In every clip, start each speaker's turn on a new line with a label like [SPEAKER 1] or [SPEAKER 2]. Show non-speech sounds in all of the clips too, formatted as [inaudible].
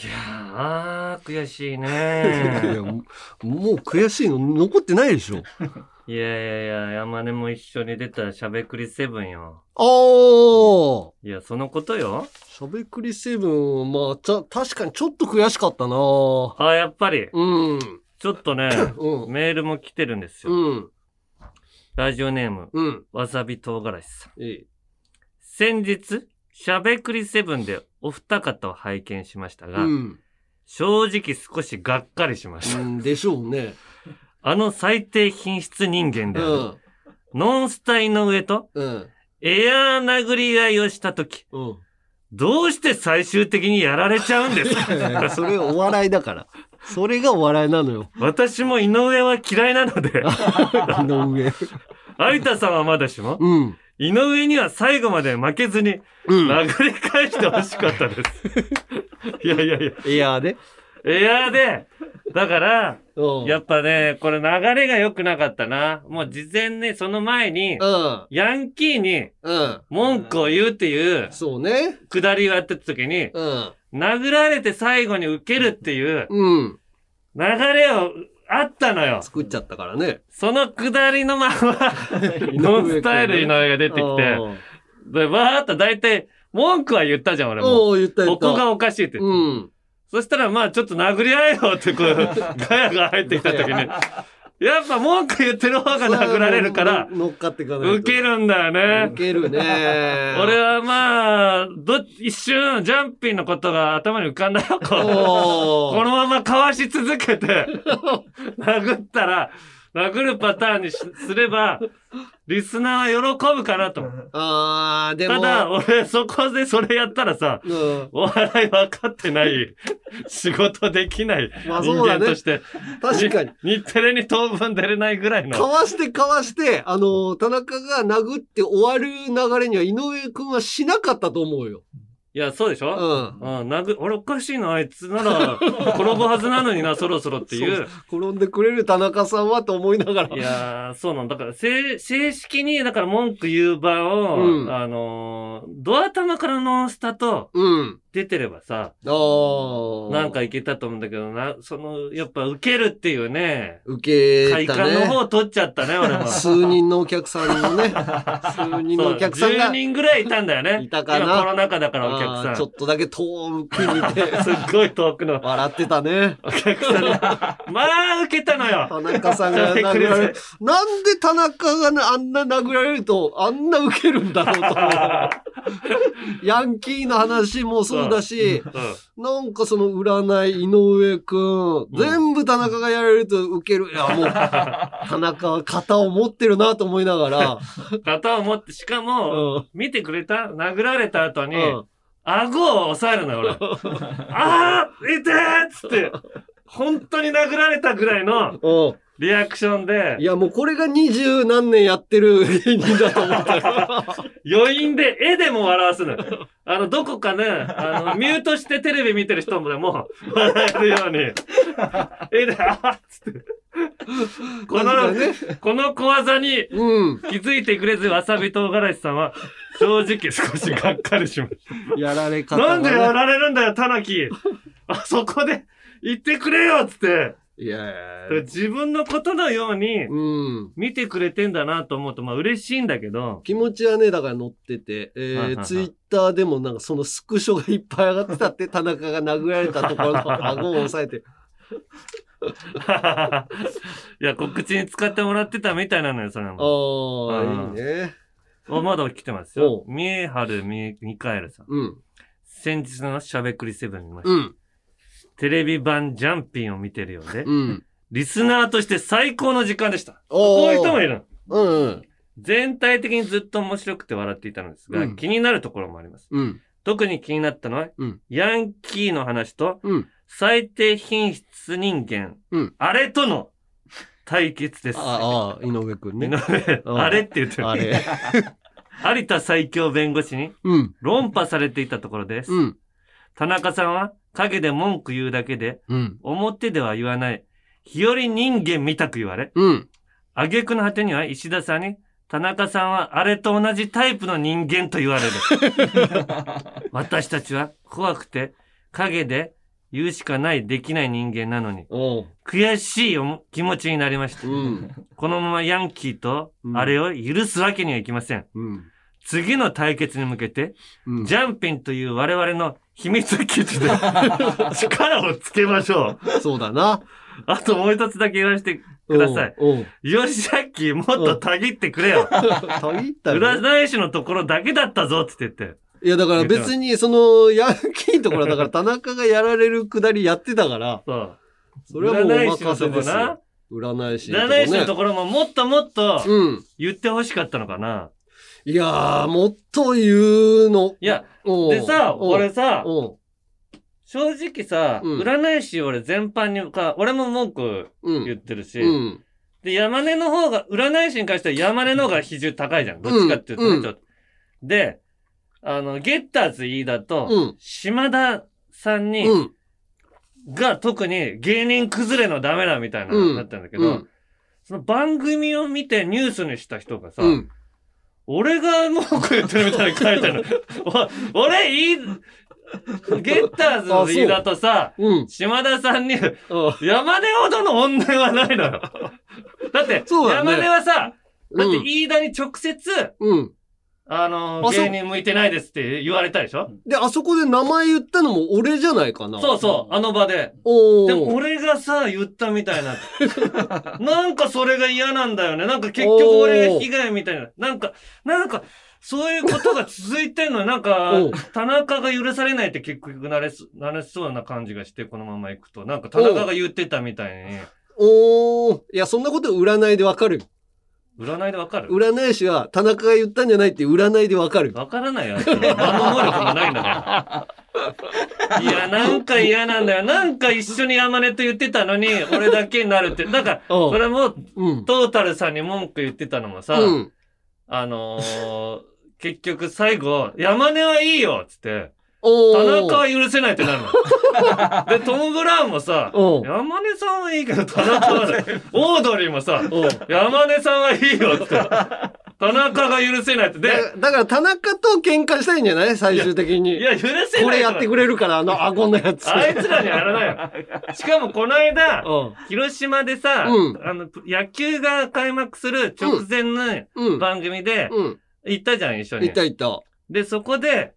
[SPEAKER 1] いやー、悔しい
[SPEAKER 2] い [laughs]
[SPEAKER 1] ね
[SPEAKER 2] や。もうもう悔しいの残ってないでしょ。
[SPEAKER 1] いやいやいや、山根も一緒に出たしゃべくりセブンよ。
[SPEAKER 2] ああ
[SPEAKER 1] いや、そのことよ。
[SPEAKER 2] しゃべくりセブン、まあ、た、確かにちょっと悔しかったな
[SPEAKER 1] あ、やっぱり、
[SPEAKER 2] うん。
[SPEAKER 1] ちょっと
[SPEAKER 2] [coughs]
[SPEAKER 1] ね、
[SPEAKER 2] うん。
[SPEAKER 1] メールも来てるんですよ。
[SPEAKER 2] うん。
[SPEAKER 1] ラジオネーム、
[SPEAKER 2] うん。
[SPEAKER 1] わさび唐辛子さん。
[SPEAKER 2] ええ。
[SPEAKER 1] 先日、しゃべくりセブンでお二方を拝見しました
[SPEAKER 2] う
[SPEAKER 1] が、
[SPEAKER 2] ん。
[SPEAKER 1] 正直少しがっかりしました。
[SPEAKER 2] うんでしょ
[SPEAKER 1] [laughs]
[SPEAKER 2] うね。
[SPEAKER 1] あの最低品質人間
[SPEAKER 2] う
[SPEAKER 1] である、
[SPEAKER 2] ん。
[SPEAKER 1] ノンスタイの上と
[SPEAKER 2] うん。
[SPEAKER 1] エアー殴り合いをしたとき、
[SPEAKER 2] うん。 [laughs]
[SPEAKER 1] どうして最終的にやられちゃうんですか
[SPEAKER 2] [laughs] それお笑いだから。それがお笑いなのよ。
[SPEAKER 1] 私も井上は嫌いなの
[SPEAKER 2] [laughs]
[SPEAKER 1] で、
[SPEAKER 2] あの上。
[SPEAKER 1] 有田さんはまだしも、
[SPEAKER 2] [laughs] うん。
[SPEAKER 1] 井上には最後まで負けずに
[SPEAKER 2] うん。
[SPEAKER 1] 殴り返してほしかった
[SPEAKER 2] [laughs]
[SPEAKER 1] です。いやいやいや、
[SPEAKER 2] いやで。
[SPEAKER 1] エアーで、だから、
[SPEAKER 2] うん。
[SPEAKER 1] やっぱね、これ流れが良くなかったな。もう事前ね、その前に、
[SPEAKER 2] うん。
[SPEAKER 1] ヤンキーに
[SPEAKER 2] うん。
[SPEAKER 1] 文句を言うっていう
[SPEAKER 2] そうね。
[SPEAKER 1] くだりをやってた時に、
[SPEAKER 2] うん。
[SPEAKER 1] 殴られて最後に受けるっていう
[SPEAKER 2] うん。
[SPEAKER 1] 流れをあったのよ。
[SPEAKER 2] 作っちゃったからね。
[SPEAKER 1] そのくだりのまま、ノンスタイル井上が出てきて、で、わーっと大体文句は言ったじゃん、俺も。
[SPEAKER 2] おおー言った言
[SPEAKER 1] こ
[SPEAKER 2] った。
[SPEAKER 1] こがおかしいって。
[SPEAKER 2] うん。
[SPEAKER 1] そしたらまあちょっと殴り合えよってこ [laughs] う、ガヤが入ってきた時に、やっぱ文句言ってる方が殴られるから、
[SPEAKER 2] 乗っかっていかないと。
[SPEAKER 1] 受けるんだよね。
[SPEAKER 2] 受け
[SPEAKER 1] [laughs]
[SPEAKER 2] るね。
[SPEAKER 1] 俺はまあ、ど、一瞬、ジャンピンのことが頭に浮かんだよ、こう。
[SPEAKER 2] お
[SPEAKER 1] こ
[SPEAKER 2] ー
[SPEAKER 1] のままかわし続け
[SPEAKER 2] [laughs]
[SPEAKER 1] て、殴ったら、殴るパターンにしすれば、リスナーは喜ぶかなと。
[SPEAKER 2] あー、で
[SPEAKER 1] た
[SPEAKER 2] も。
[SPEAKER 1] だ、俺、そこでそれやったらさ、
[SPEAKER 2] うん、
[SPEAKER 1] お笑い分かってない、仕事できない
[SPEAKER 2] まあ
[SPEAKER 1] 人
[SPEAKER 2] そうだ
[SPEAKER 1] 間
[SPEAKER 2] ね
[SPEAKER 1] として、
[SPEAKER 2] 確かに。
[SPEAKER 1] 日テレに当分出れないぐらい
[SPEAKER 2] か
[SPEAKER 1] の。
[SPEAKER 2] わしてかわして、あの、田中が殴って終わる流れには井上くんはしなかったと思うよ。
[SPEAKER 1] いや、そうでし
[SPEAKER 2] う
[SPEAKER 1] ょ
[SPEAKER 2] ん。
[SPEAKER 1] うん、殴、俺おかしいな、あいつなら、転ぶはずなのにな、そろそろっていう。
[SPEAKER 2] 転んでくれる田中さんはと思いながら。
[SPEAKER 1] いやー、そうなんだ。から、正、正式に、だから文句言う場を、
[SPEAKER 2] うん
[SPEAKER 1] あのー、ドア玉からノンスタと
[SPEAKER 2] うん。
[SPEAKER 1] 出てればさ、
[SPEAKER 2] あー。
[SPEAKER 1] なんかいけたと思うんだけどな、その、やっぱ受けるっていうね、
[SPEAKER 2] 受け
[SPEAKER 1] 快
[SPEAKER 2] た
[SPEAKER 1] 感の
[SPEAKER 2] ね。
[SPEAKER 1] 方取っちゃったね、俺も。
[SPEAKER 2] [laughs] 数人のお客さんの
[SPEAKER 1] [laughs]
[SPEAKER 2] ね、数人のお客さん
[SPEAKER 1] そう10
[SPEAKER 2] が、
[SPEAKER 1] 人ぐらいいたんだよね。
[SPEAKER 2] [laughs] いたかな
[SPEAKER 1] 今コロナ禍だからお客
[SPEAKER 2] あ
[SPEAKER 1] さ
[SPEAKER 2] ー
[SPEAKER 1] ん。
[SPEAKER 2] ちょっとだけ遠く見て [laughs]
[SPEAKER 1] すっごい遠くの
[SPEAKER 2] 笑ってたね。
[SPEAKER 1] お客さんが。まあ、受けたのよ。
[SPEAKER 2] 田中さん
[SPEAKER 1] [laughs]
[SPEAKER 2] が殴られる。なんで田中がなあんな殴られると、あんな受けるんだろうと [laughs] 思う。ヤンキーの話もそうだし、
[SPEAKER 1] [laughs] うん
[SPEAKER 2] なんかその占い、井上くん、全部田中がやられると受ける。いや、 [laughs] もう、田中は型を持ってるなと思いながら、
[SPEAKER 1] 型を持って、しか
[SPEAKER 2] う
[SPEAKER 1] も、
[SPEAKER 2] ん。うん
[SPEAKER 1] 見てくれた殴られた後に、
[SPEAKER 2] うん
[SPEAKER 1] 顎を押さえるのよ、俺。あー痛えっつって、本当に殴られたぐらいのリアクションで
[SPEAKER 2] い、や、もうこれが二十何年やってる芸人だと思った [laughs] よ。
[SPEAKER 1] 余韻で絵でも笑わすのよ。あの、どこかね、あの、
[SPEAKER 2] [laughs]
[SPEAKER 1] ミュートしてテレビ見てる人もでも、笑えるように。絵で、あーっつって。この、
[SPEAKER 2] ね。
[SPEAKER 1] この小技に、
[SPEAKER 2] うん。
[SPEAKER 1] 気づいてくれず、わさび唐辛子さんは、正直少しがっかりしまし
[SPEAKER 2] やられ
[SPEAKER 1] た。
[SPEAKER 2] 方が、
[SPEAKER 1] なん
[SPEAKER 2] ね。
[SPEAKER 1] でやられるんだよ、タナキ。あそこで、言ってくれよっつって。
[SPEAKER 2] いやいやいや
[SPEAKER 1] 自分のことのように、
[SPEAKER 2] うん。
[SPEAKER 1] 見てくれてんだなと思うと、まあ嬉しいんだけ
[SPEAKER 2] [laughs]
[SPEAKER 1] ど、
[SPEAKER 2] 気持ちはね、だから乗ってて、え
[SPEAKER 1] はいはいは
[SPEAKER 2] ー、
[SPEAKER 1] い
[SPEAKER 2] ツイッターでもなんかそのスクショがいっぱい上がってたって、田中が殴られたところの顎を押さ
[SPEAKER 1] [laughs]
[SPEAKER 2] えて、
[SPEAKER 1] いや、告知に使ってもらってたみたいなのよ、それ
[SPEAKER 2] あ
[SPEAKER 1] も。
[SPEAKER 2] ー、いいね。
[SPEAKER 1] あまだ来てますよ
[SPEAKER 2] お。
[SPEAKER 1] みえはるみ、ミカエルさん。
[SPEAKER 2] うん。
[SPEAKER 1] 先日のしゃべくりセブンにいました
[SPEAKER 2] うん。
[SPEAKER 1] テレビ版ジャンピンを見てるようで、
[SPEAKER 2] うん。
[SPEAKER 1] リスナーとして最高の時間でした。こ
[SPEAKER 2] お
[SPEAKER 1] う
[SPEAKER 2] ー
[SPEAKER 1] いう人もいるの。
[SPEAKER 2] うんうん。
[SPEAKER 1] 全体的にずっと面白くて笑っていたのですが、
[SPEAKER 2] うん
[SPEAKER 1] 気になるところもあります。
[SPEAKER 2] うん。
[SPEAKER 1] 特に気になったのは、
[SPEAKER 2] うん
[SPEAKER 1] ヤンキーの話と、
[SPEAKER 2] うん。
[SPEAKER 1] 最低品質人間、
[SPEAKER 2] うん
[SPEAKER 1] あれとの対決です。
[SPEAKER 2] ああ、井上くん
[SPEAKER 1] 井
[SPEAKER 2] ね。
[SPEAKER 1] 上
[SPEAKER 2] うん
[SPEAKER 1] あれって言って
[SPEAKER 2] あ
[SPEAKER 1] る。 [laughs]
[SPEAKER 2] れ。
[SPEAKER 1] 有田最強弁護士に
[SPEAKER 2] うん。
[SPEAKER 1] 論破されていたところです。
[SPEAKER 2] うん。
[SPEAKER 1] 田中さんは陰で文句言うだけで、
[SPEAKER 2] うん。
[SPEAKER 1] 表では言わない、日和人間みたく言われ、 [laughs]
[SPEAKER 2] うん。
[SPEAKER 1] 挙句の果てには石田さんに、田中さんはあれと同じタイプの人
[SPEAKER 2] [laughs]
[SPEAKER 1] 間と言われる。私たちは怖くて、陰で言うしかない、できない人間なのに、
[SPEAKER 2] おう
[SPEAKER 1] 悔しいお気持ちになりました。
[SPEAKER 2] うん。
[SPEAKER 1] このままヤンキーと、あれを許すわけにはいきません。
[SPEAKER 2] うん。
[SPEAKER 1] 次の対決に向けて、
[SPEAKER 2] うん。
[SPEAKER 1] ジャンピンという我々の秘密基地で [laughs] 力をつけましょう。
[SPEAKER 2] そうだな。
[SPEAKER 1] あともう一つだけ言わせて、ください
[SPEAKER 2] [laughs] おう。おう
[SPEAKER 1] よし、ヤンキーもっとたぎってくれよ。
[SPEAKER 2] たぎったよ
[SPEAKER 1] 占い師のところだけだったぞって言って。
[SPEAKER 2] いや、だから別に、その、ヤンキーのところは、だから田中がやられるくだりやってたから、
[SPEAKER 1] そう。
[SPEAKER 2] それはもうお
[SPEAKER 1] 占い師の
[SPEAKER 2] 任せ
[SPEAKER 1] とこ
[SPEAKER 2] です
[SPEAKER 1] な
[SPEAKER 2] よ。。占い師のとこ
[SPEAKER 1] 占い師の
[SPEAKER 2] ね
[SPEAKER 1] と。ころももっともっと
[SPEAKER 2] うん。
[SPEAKER 1] 言ってほしかったのかな。
[SPEAKER 2] いやー、もっと言うの。
[SPEAKER 1] いや、
[SPEAKER 2] おう、
[SPEAKER 1] でさ、
[SPEAKER 2] おう
[SPEAKER 1] 俺さ、
[SPEAKER 2] お
[SPEAKER 1] 正直さ、
[SPEAKER 2] うん
[SPEAKER 1] 占い師俺全般にか、俺も文句
[SPEAKER 2] う、う
[SPEAKER 1] 言っ
[SPEAKER 2] ん。
[SPEAKER 1] てるし、
[SPEAKER 2] うん。
[SPEAKER 1] で、山根の方が、占い師に関しては山根の方が比重高いじゃん。どっちかっていうとね、
[SPEAKER 2] うん
[SPEAKER 1] ちょっと。で、あの、ゲッターズ飯田と、
[SPEAKER 2] うん
[SPEAKER 1] 島田さんに、
[SPEAKER 2] うん。
[SPEAKER 1] が特に芸人崩れのダメだみたいな
[SPEAKER 2] うん
[SPEAKER 1] だったんだけど、
[SPEAKER 2] うん
[SPEAKER 1] その番組を見てニュースにした人がさ、
[SPEAKER 2] うん。
[SPEAKER 1] 俺が文句言ってるみたいに書いてあ
[SPEAKER 2] [laughs]
[SPEAKER 1] る。お俺、いい、ゲッターズの飯田とさ、
[SPEAKER 2] うん。
[SPEAKER 1] 島田さんに、
[SPEAKER 2] あ
[SPEAKER 1] 山根ほどの問題はないのよ。だって、
[SPEAKER 2] そうだね
[SPEAKER 1] 山根はさ、だっ
[SPEAKER 2] う
[SPEAKER 1] て
[SPEAKER 2] ん
[SPEAKER 1] 飯田に直接、
[SPEAKER 2] うん。
[SPEAKER 1] あの
[SPEAKER 2] あそう
[SPEAKER 1] 芸人向いてないですって言われたでしょ、
[SPEAKER 2] で、あそこで名前言ったのも俺じゃないかな。
[SPEAKER 1] そうそう、あの場で。
[SPEAKER 2] お
[SPEAKER 1] でも
[SPEAKER 2] お。
[SPEAKER 1] 俺がさ、言ったみ
[SPEAKER 2] [laughs]
[SPEAKER 1] たいな。なんかそれが嫌なんだよね。なんか結局俺が被害みたいな。なんか、なんか、そういうことが続いてんのになんか
[SPEAKER 2] おう、
[SPEAKER 1] 田中が許されないって結局なれそ、なれそうな感じがして、このまま行くと。なんか田中が言ってたみたいに。
[SPEAKER 2] おお。いや、そんなこと占いでわかるよ。
[SPEAKER 1] 占いでわかる
[SPEAKER 2] 占い師は田中が言ったんじゃないって占いでわかるよ。
[SPEAKER 1] わからないよ。何の能力もないんだ
[SPEAKER 2] [laughs]
[SPEAKER 1] から。いや、なんか嫌なんだよ。なんか一緒に山根と言ってたのに、俺だけになるって。だから、
[SPEAKER 2] おう
[SPEAKER 1] それも、
[SPEAKER 2] うん。
[SPEAKER 1] トータルさんに文句言ってたのもさ、
[SPEAKER 2] うん。
[SPEAKER 1] あのー、結局最後、山根はいいよっつって、
[SPEAKER 2] お
[SPEAKER 1] 田
[SPEAKER 2] ー
[SPEAKER 1] 中は許せないってなるの。で、トム・ブラウンもさ、
[SPEAKER 2] おう
[SPEAKER 1] 山根さんはいいけど、田中は、オードリーもさ、
[SPEAKER 2] おう
[SPEAKER 1] 山根さんはいいよっつって、田中が許せないって。で、
[SPEAKER 2] だだから田中と喧嘩したいんじゃない最終的
[SPEAKER 1] い
[SPEAKER 2] に。
[SPEAKER 1] や、許せないから。
[SPEAKER 2] これやってくれるから、あの顎のやつ。
[SPEAKER 1] あいつらにやらない
[SPEAKER 2] [laughs]
[SPEAKER 1] よ。しかもこの間、
[SPEAKER 2] うん。
[SPEAKER 1] 広島でさ、
[SPEAKER 2] うん
[SPEAKER 1] あの、野球が開幕する直前の
[SPEAKER 2] うん。
[SPEAKER 1] 番組で、
[SPEAKER 2] うん。
[SPEAKER 1] 行ったじゃん、一緒に
[SPEAKER 2] い。たいた。
[SPEAKER 1] で、そこで、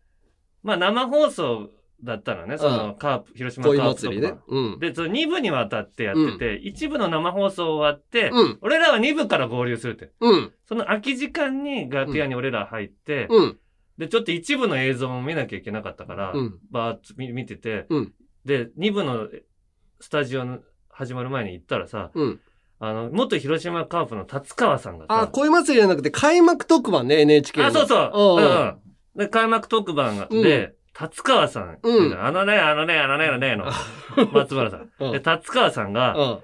[SPEAKER 1] まあ生放送だったのね、そのカープ、広島カ
[SPEAKER 2] 恋
[SPEAKER 1] ープと
[SPEAKER 2] 祭
[SPEAKER 1] か。
[SPEAKER 2] りね。うん。
[SPEAKER 1] で、その2部にわたってやってて、1部の生放送終わって、
[SPEAKER 2] うん。
[SPEAKER 1] 俺らは2部から合流するって。
[SPEAKER 2] うん。
[SPEAKER 1] その空き時間に楽屋に俺ら入って、
[SPEAKER 2] うん。
[SPEAKER 1] で、ちょっと1部の映像も見なきゃいけなかったから、
[SPEAKER 2] うん。
[SPEAKER 1] バーッと見見てて、
[SPEAKER 2] うん
[SPEAKER 1] で、2部のスタジオの始まる前に行ったらさ、
[SPEAKER 2] うん。
[SPEAKER 1] あの、元広島カープの達川さんがさ、
[SPEAKER 2] あ、恋祭りじゃなくて開幕特番ね、NHK の。
[SPEAKER 1] あそうそう、
[SPEAKER 2] おう
[SPEAKER 1] うんで、開幕特番が、
[SPEAKER 2] うん
[SPEAKER 1] で、達川さん、
[SPEAKER 2] うん
[SPEAKER 1] あのね、あのね、あのね、あのね、
[SPEAKER 2] [laughs]
[SPEAKER 1] の、松原さん。
[SPEAKER 2] うん
[SPEAKER 1] で、達川さんが、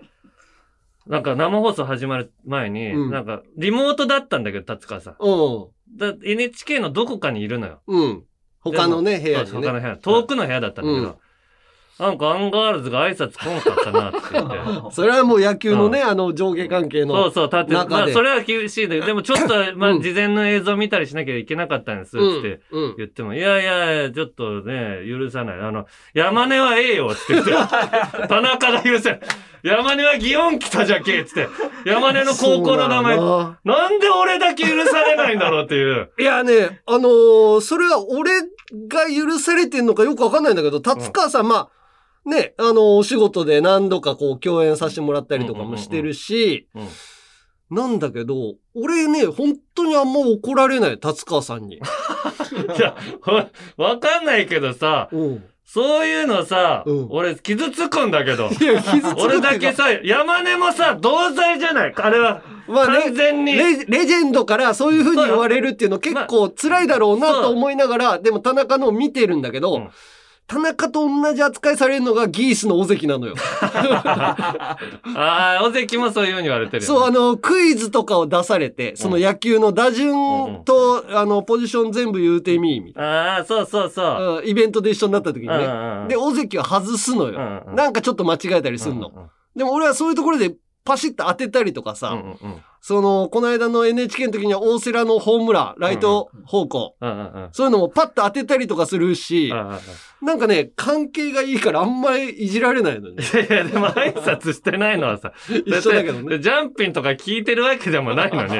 [SPEAKER 1] なんか生放送始まる前に、
[SPEAKER 2] うん
[SPEAKER 1] なんか、リモートだったんだけど、達川さん。
[SPEAKER 2] うん。
[SPEAKER 1] だ NHK のどこかにいるのよ。
[SPEAKER 2] うん。うん。他のね、部屋に
[SPEAKER 1] 他の
[SPEAKER 2] ね。
[SPEAKER 1] 部屋、遠くの部屋だったんだけど、なんかアンガールズが挨拶来んかったなって言
[SPEAKER 2] [laughs]
[SPEAKER 1] って。
[SPEAKER 2] それはもう野球のね、あの上下関
[SPEAKER 1] そ
[SPEAKER 2] 係
[SPEAKER 1] う
[SPEAKER 2] の。
[SPEAKER 1] そう、立って、
[SPEAKER 2] 中で
[SPEAKER 1] まあ、それは厳しいんだ
[SPEAKER 2] [laughs]
[SPEAKER 1] けど、でもちょっと、ま
[SPEAKER 2] う
[SPEAKER 1] あ、
[SPEAKER 2] ん
[SPEAKER 1] 事前の映像見たりしなきゃいけなかったんです、
[SPEAKER 2] う
[SPEAKER 1] っ
[SPEAKER 2] ん
[SPEAKER 1] て
[SPEAKER 2] うん。
[SPEAKER 1] 言っても、いやいやいや、ちょっとね、許さない。あの、山根はええよ、って
[SPEAKER 2] [laughs]
[SPEAKER 1] 言って、田中が許せない。山根は祇園来たじゃけ、つって、山根の高校の名前、
[SPEAKER 2] そう
[SPEAKER 1] な
[SPEAKER 2] だなん
[SPEAKER 1] で俺だけ許されないんだろうって
[SPEAKER 2] [laughs]
[SPEAKER 1] いう。
[SPEAKER 2] いやね、あのーそれは俺が許されてんのかよくわかんないんだけど、達川さん、まあ、ね、あのーお仕事で何度かこう共演させてもらったりとかもしてるし、
[SPEAKER 1] うんうんうん
[SPEAKER 2] なんだけど、俺ね、本当にあんま怒られない、達川さん
[SPEAKER 1] [laughs]
[SPEAKER 2] に。
[SPEAKER 1] いや、ほわかんないけどさ、
[SPEAKER 2] うん。
[SPEAKER 1] そういうのさ、
[SPEAKER 2] うん
[SPEAKER 1] 俺、傷つくんだけど。
[SPEAKER 2] いや、 [laughs] 傷つくっていうか
[SPEAKER 1] 俺だけさ、山根もさ、同罪じゃない。あれは、
[SPEAKER 2] まあ
[SPEAKER 1] 完
[SPEAKER 2] ね、
[SPEAKER 1] 全に。
[SPEAKER 2] レレジェンドからそういう風に言われるっていうの結構辛いだろうなと思いながら、でも田中のを見てるんだけど、
[SPEAKER 1] うん
[SPEAKER 2] 田中と同じ扱いされるのがギースの尾関なのよ。
[SPEAKER 1] [laughs] ああ、尾関もそういうふうに言われてるよね、
[SPEAKER 2] そう、あの、クイズとかを出されて、その野球の打順と、あの、ポジション全部言うてみ、みたい
[SPEAKER 1] ああ、そうそうそう。
[SPEAKER 2] な。うんイベントで一緒になった時に
[SPEAKER 1] うんう
[SPEAKER 2] ね。
[SPEAKER 1] んうん
[SPEAKER 2] で、尾関は外すの
[SPEAKER 1] う
[SPEAKER 2] よ。
[SPEAKER 1] んうん
[SPEAKER 2] なんかちょっと間違えたりすんの。でも俺はそういうところでパシッと当てたりとか
[SPEAKER 1] うん
[SPEAKER 2] さ、
[SPEAKER 1] うんうん
[SPEAKER 2] その、この間の NHK の時には大瀬良のホームラン、ライト方向。
[SPEAKER 1] うんうんうん
[SPEAKER 2] そういうのもパッと当てたりとかするし、
[SPEAKER 1] ああ
[SPEAKER 2] なんかね、関係がいいからあんまりいじられない
[SPEAKER 1] [laughs]
[SPEAKER 2] のね。
[SPEAKER 1] いやいや、でも挨拶してないのはさ、
[SPEAKER 2] [laughs] 一緒だけどね。
[SPEAKER 1] でジャンピンとか聞いてるわけでもないのに、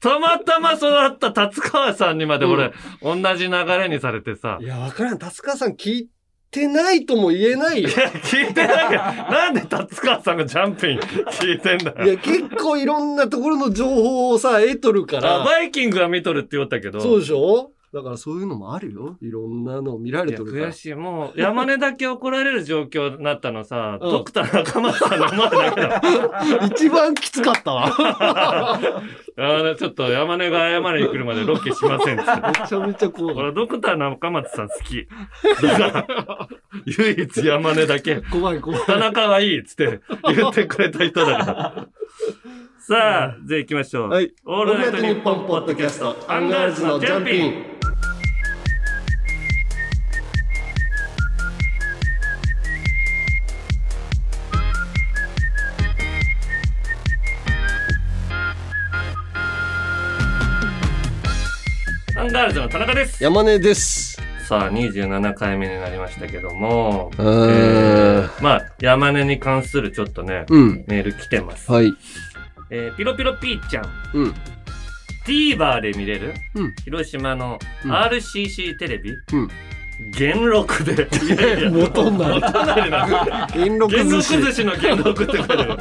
[SPEAKER 1] たまたま育った達川さんにまで俺、同じ流れにされてさ
[SPEAKER 2] い、や、わからん。達川さん聞いてないとも言えないよ。
[SPEAKER 1] いや、聞いてないけど、なんで達川さんがジャンピン聞いてんだ
[SPEAKER 2] い
[SPEAKER 1] よ。
[SPEAKER 2] や、結構いろんなところの情報をさ、得とるか
[SPEAKER 1] あ
[SPEAKER 2] ら。
[SPEAKER 1] バイキングは見とるって言おったけど、
[SPEAKER 2] そうでしょだからそういうのもあるよ。いろんなのを見ら
[SPEAKER 1] い
[SPEAKER 2] れ
[SPEAKER 1] や
[SPEAKER 2] とるか
[SPEAKER 1] 悔
[SPEAKER 2] ら。
[SPEAKER 1] しい。もう、山根だけ怒られる状況になったのさ、
[SPEAKER 2] うん
[SPEAKER 1] ドクター中松さんの前だけど、 [laughs]
[SPEAKER 2] 一番きつかったわ。
[SPEAKER 1] あのちょっと山根が謝りに来るまでロケしませんっつって。
[SPEAKER 2] めちゃめちゃこう、
[SPEAKER 1] 俺、ドクター中松さん好き。だから、唯一山根だけ、
[SPEAKER 2] 怖い怖い。
[SPEAKER 1] 田中はいいっつって言ってくれた人だか
[SPEAKER 2] [laughs]
[SPEAKER 1] ら。さあ、じゃあ行きましょう。
[SPEAKER 2] はい。
[SPEAKER 1] オールナイトニッポンポッドキャスト、アンガールズのジャンピン。
[SPEAKER 2] ン。
[SPEAKER 1] アンガールズの田中です。
[SPEAKER 2] 山根です。
[SPEAKER 1] さあ、27回目になりましたけども、
[SPEAKER 2] う
[SPEAKER 1] え
[SPEAKER 2] ーん。
[SPEAKER 1] ー、まあ、山根に関するちょっとね、
[SPEAKER 2] うん。
[SPEAKER 1] メール来てます。
[SPEAKER 2] はい。
[SPEAKER 1] えー、ピロピロピーちゃん。
[SPEAKER 2] うん。
[SPEAKER 1] TVer で見れる、
[SPEAKER 2] うん
[SPEAKER 1] 広島の
[SPEAKER 2] うん
[SPEAKER 1] RCC テレビ、
[SPEAKER 2] うん
[SPEAKER 1] 元禄で。いやいや
[SPEAKER 2] [laughs] 元になる
[SPEAKER 1] 元になる
[SPEAKER 2] 元禄
[SPEAKER 1] 元禄
[SPEAKER 2] 寿司。
[SPEAKER 1] 寿司の元禄って書いてある。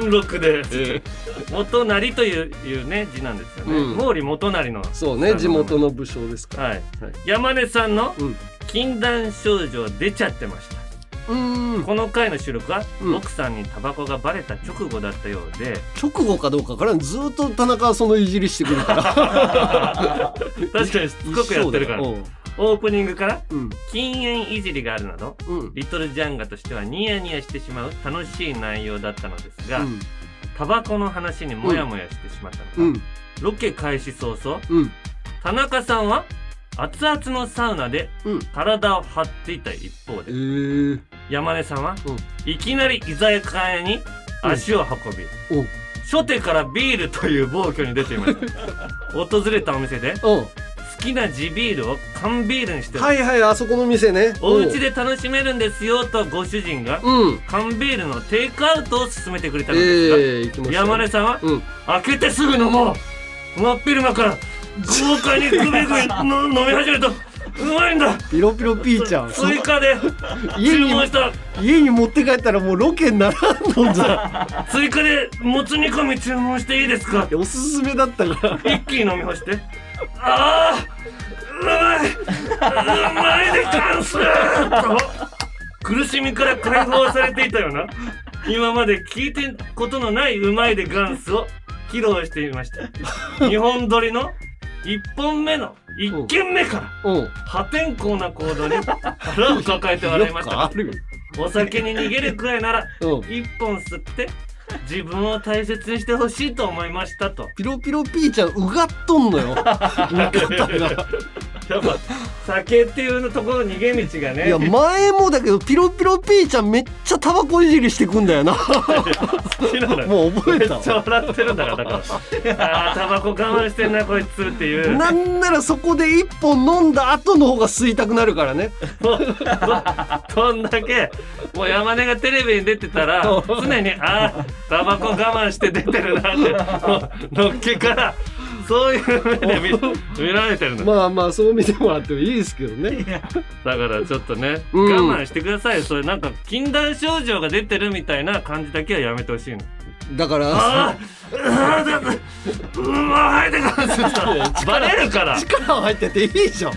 [SPEAKER 1] 元禄で。
[SPEAKER 2] ええ
[SPEAKER 1] 元成といういうね、字なんですよね。
[SPEAKER 2] うん
[SPEAKER 1] 毛利元成の。
[SPEAKER 2] そうね、地元の武将ですから。
[SPEAKER 1] はい。山根さんの
[SPEAKER 2] うん
[SPEAKER 1] 禁断症状出ちゃってました。
[SPEAKER 2] うーん。
[SPEAKER 1] この回の収録は、
[SPEAKER 2] うん
[SPEAKER 1] 奥さんにタバコがバレた直後だったよう
[SPEAKER 2] [laughs]
[SPEAKER 1] で、
[SPEAKER 2] 直後かどうかからずっと田中はそのいじりしてくるから。
[SPEAKER 1] 確かにしつこくやってるから
[SPEAKER 2] う。ん
[SPEAKER 1] オープニングから
[SPEAKER 2] うん。
[SPEAKER 1] 禁煙いじりがあるなど、
[SPEAKER 2] うん。
[SPEAKER 1] リトルジャンガとしてはニヤニヤしてしまう楽しい内容だったのです
[SPEAKER 2] う
[SPEAKER 1] が、
[SPEAKER 2] ん。
[SPEAKER 1] タバコの話にモヤモヤしてしまったのか、
[SPEAKER 2] うん。
[SPEAKER 1] ロケ開始早々
[SPEAKER 2] うん。
[SPEAKER 1] 田中さんは熱々のサウナで
[SPEAKER 2] うん
[SPEAKER 1] 体を張っていた一方
[SPEAKER 2] え
[SPEAKER 1] で、
[SPEAKER 2] ー。
[SPEAKER 1] 山根さんは
[SPEAKER 2] うん
[SPEAKER 1] いきなり居酒屋に足を運び、
[SPEAKER 2] おう
[SPEAKER 1] 初手からビールという暴挙に出ていました
[SPEAKER 2] [laughs]
[SPEAKER 1] 訪れたお店で
[SPEAKER 2] うん。
[SPEAKER 1] 好きな地ビールを缶ビールにして、
[SPEAKER 2] はいはい、あそこの店ね。
[SPEAKER 1] お家で
[SPEAKER 2] で。
[SPEAKER 1] 楽しめるんですよとご主人が
[SPEAKER 2] うん。
[SPEAKER 1] 缶ビールのテイクアウトを勧めてくれた
[SPEAKER 2] え
[SPEAKER 1] のですが、
[SPEAKER 2] え、行きました。
[SPEAKER 1] 山根さんは、
[SPEAKER 2] うん
[SPEAKER 1] 開けてすぐ飲もう真っ昼間から豪快にグビグ
[SPEAKER 2] [laughs]
[SPEAKER 1] ビの飲み始めるとうまいんだ
[SPEAKER 2] ピロピロピーちゃん。
[SPEAKER 1] 追加で
[SPEAKER 2] 家
[SPEAKER 1] 注
[SPEAKER 2] に、
[SPEAKER 1] 文した
[SPEAKER 2] 家に持って帰ったらもうロケにならんのじゃん。
[SPEAKER 1] 追加でもつ煮込み注文していいですか
[SPEAKER 2] おすすめだったから。
[SPEAKER 1] 一気に飲み干してああうまいうまいでかんすと苦しみから解放されていたような今まで聞いてことのないうまいでガンスを披露していました日本撮りの1本目の1軒目から
[SPEAKER 2] うん。
[SPEAKER 1] 破天荒な行動に腹を抱えて笑いまし
[SPEAKER 2] よくあ
[SPEAKER 1] た
[SPEAKER 2] るよ。
[SPEAKER 1] お酒に逃げるくらいなら
[SPEAKER 2] うん。
[SPEAKER 1] 1本吸って自分を大切にしてほしいと思いましたと
[SPEAKER 2] ピロピロピーちゃん、うがっとんの
[SPEAKER 1] [laughs]
[SPEAKER 2] よ。
[SPEAKER 1] やっぱ酒っていうのところの逃げ道がね
[SPEAKER 2] いや、前もだけど、ピロピロピーちゃんめっちゃタバコいじりしてくん
[SPEAKER 1] [laughs]
[SPEAKER 2] だよな。
[SPEAKER 1] 好きなのよ
[SPEAKER 2] もう覚えた
[SPEAKER 1] めっち
[SPEAKER 2] わ。
[SPEAKER 1] ゃ笑ってるんだからだからあータバコ我慢してんなこいつっていう
[SPEAKER 2] なんならそこで一本飲んだ後の方が吸いたくなるからね。
[SPEAKER 1] もうどんだけもう山根がテレビに出てたら常にあータバコ我慢して出てるなってもうのっけからそういう目で見見られてるの
[SPEAKER 2] まあまあ、そう見てもらってもいいですけどね。
[SPEAKER 1] だからちょっとね、
[SPEAKER 2] うん
[SPEAKER 1] 我慢してくださいそれなんか禁断症状が出てるみたいな感じだけはやめてほ
[SPEAKER 2] [laughs]
[SPEAKER 1] しいの。
[SPEAKER 2] だから、
[SPEAKER 1] ああ、だってうまいでか
[SPEAKER 2] [laughs]
[SPEAKER 1] す。バレるから。
[SPEAKER 2] 力入ってていいじゃん。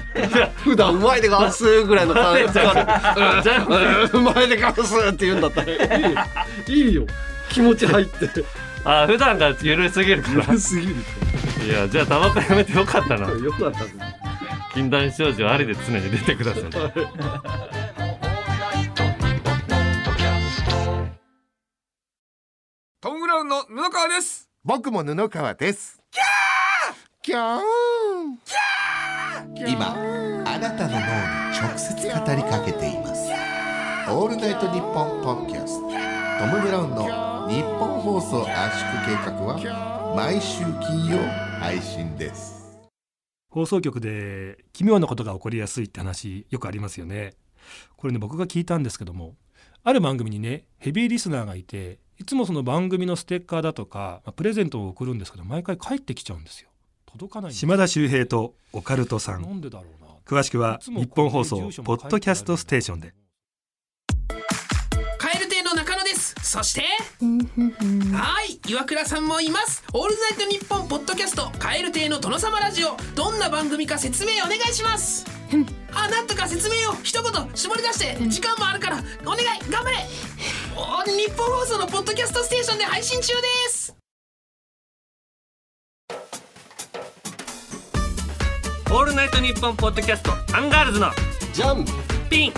[SPEAKER 2] 普段うまいでかすぐらいの感じ
[SPEAKER 1] じゃあ
[SPEAKER 2] うまいでかすって言うんだったらいいよ。いいよ。気持ち入 [laughs] って。
[SPEAKER 1] あ普段が緩すぎるから。
[SPEAKER 2] すぎる
[SPEAKER 1] いや、じゃあタバコやめてよかったな。
[SPEAKER 2] よかったです。
[SPEAKER 1] 禁断症状ありで常に出てください。
[SPEAKER 3] トム・ブラウンの布川です
[SPEAKER 4] 僕も布川です。キャーキャー今、あなたの脳に直接語りかけています。オールナイトニッポンポッドキャスト、トム・ブラウンの日本放送圧縮計画は毎週金曜配信です
[SPEAKER 5] 放送局で奇妙なことが起こりやすいって話よくありますよねこれね僕が聞いたんですけどもある番組にねヘビーリスナーがいていつもその番組のステッカーだとか、まあプレゼントを送るんですけど毎回帰ってきちゃうんですよ届かないんです
[SPEAKER 6] 島田秀平とオカルトさ
[SPEAKER 5] なんんでだろうな
[SPEAKER 6] 詳しくは日本放送ポッドキャストステーションで
[SPEAKER 7] カエル亭の中野ですそしてはい岩倉さんもいますオールナイトニッポンポッドキャストカエル亭の殿様ラジオどんな番組か説明お願いしますあなんとか説明を一言絞り出して時間もあるからお願い頑張れお日本放送のポッドキャストステーションで配信中です
[SPEAKER 1] オールナイトニッポンポッドキャストアンガールズの
[SPEAKER 2] じゃん
[SPEAKER 1] ピン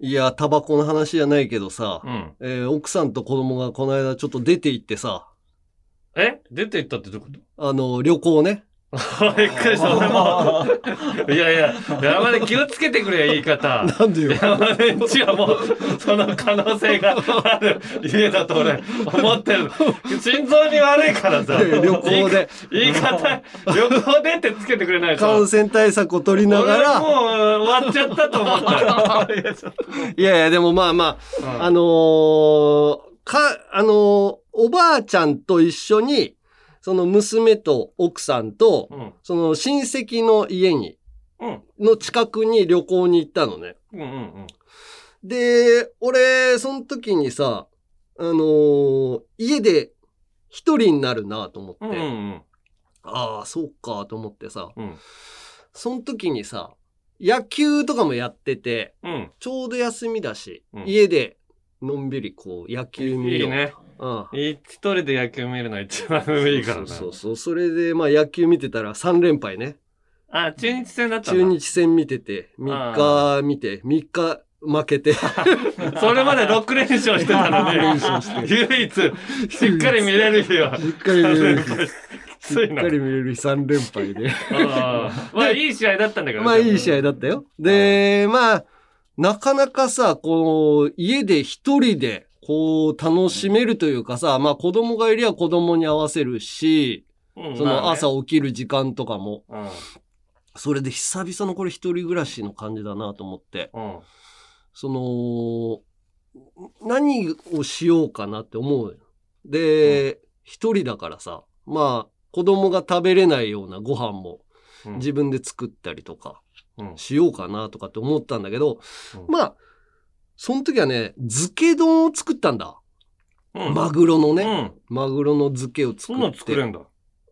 [SPEAKER 2] いや、タバコの話じゃないけどさ、
[SPEAKER 1] うん
[SPEAKER 2] えー奥さんと子供がこの間ちょっと出て行ってさ、
[SPEAKER 1] え出て行ったってどういうこ
[SPEAKER 2] あの、旅行ね。
[SPEAKER 1] とびっくりした俺もいやいや山根気をつけてくれよ言い方
[SPEAKER 2] なんでよ。
[SPEAKER 1] 山根んちはもうその可能性がある家だと俺思ってる心臓に悪いからさ
[SPEAKER 2] [laughs] 旅行で
[SPEAKER 1] 言い方旅行でってつけてくれないと
[SPEAKER 2] [laughs] 感染対策を取りなが
[SPEAKER 1] 俺
[SPEAKER 2] ら、
[SPEAKER 1] もう終わっちゃったと思ったよ
[SPEAKER 2] いやいや、でもまあまあ、
[SPEAKER 1] うん
[SPEAKER 2] あのーか、あのーおばあちゃんと一緒に、その娘と奥さんと、
[SPEAKER 1] うん
[SPEAKER 2] その親戚の家に、
[SPEAKER 1] うん
[SPEAKER 2] の近くに旅行に行ったのね。
[SPEAKER 1] うんうん
[SPEAKER 2] で、俺、その時にさ、あのー家で一人になるなと思って、
[SPEAKER 1] うんうんうん
[SPEAKER 2] ああ、そうかと思ってさ、
[SPEAKER 1] うん
[SPEAKER 2] その時にさ、野球とかもやってて、
[SPEAKER 1] うん
[SPEAKER 2] ちょうど休みだし、
[SPEAKER 1] うん
[SPEAKER 2] 家でのんびりこう野球見
[SPEAKER 1] い
[SPEAKER 2] よ。
[SPEAKER 1] いうね
[SPEAKER 2] うん。
[SPEAKER 1] 一人で野球見るのは一番いいから
[SPEAKER 2] そう
[SPEAKER 1] な
[SPEAKER 2] そうそう。それで、まあ野球見てたら3連敗ね。
[SPEAKER 1] あ中日戦だったんだ
[SPEAKER 2] 中日戦見てて、3日見て、3日負けて。
[SPEAKER 1] それまで6連勝してたのに唯一しっかり見れる日は
[SPEAKER 2] しっかり見れる日。し
[SPEAKER 1] きつい
[SPEAKER 2] っ
[SPEAKER 1] な
[SPEAKER 2] かり見れる日3連敗で。
[SPEAKER 1] ああまあいい試合だったんだけどね
[SPEAKER 2] まあいい試合だったよ。で、まあ、なかなかさ、こう、家で一人で、こう、楽しめるというかさ、まあ子供がいりゃ子供に合わせるし、
[SPEAKER 1] うん
[SPEAKER 2] そ
[SPEAKER 1] ま
[SPEAKER 2] の
[SPEAKER 1] あ
[SPEAKER 2] 朝
[SPEAKER 1] ね
[SPEAKER 2] 起きる時間とかも、
[SPEAKER 1] うん
[SPEAKER 2] それで久々のこれ一人暮らしの感じだなと思って、
[SPEAKER 1] うん
[SPEAKER 2] その、何をしようかなって思うよで、一人だからさ、まあ、子供が食べれないようなご飯も
[SPEAKER 1] うん
[SPEAKER 2] 自分で作ったりとか
[SPEAKER 1] うん
[SPEAKER 2] しようかなとかって思ったんだけど、
[SPEAKER 1] うん
[SPEAKER 2] まあ、その時はね、漬け丼を作ったんだ。
[SPEAKER 1] うん
[SPEAKER 2] マグロの
[SPEAKER 1] う
[SPEAKER 2] ね、
[SPEAKER 1] ん
[SPEAKER 2] マグロの漬けを
[SPEAKER 1] そ
[SPEAKER 2] 作
[SPEAKER 1] んな
[SPEAKER 2] っ
[SPEAKER 1] の作れ
[SPEAKER 2] て。
[SPEAKER 1] んだ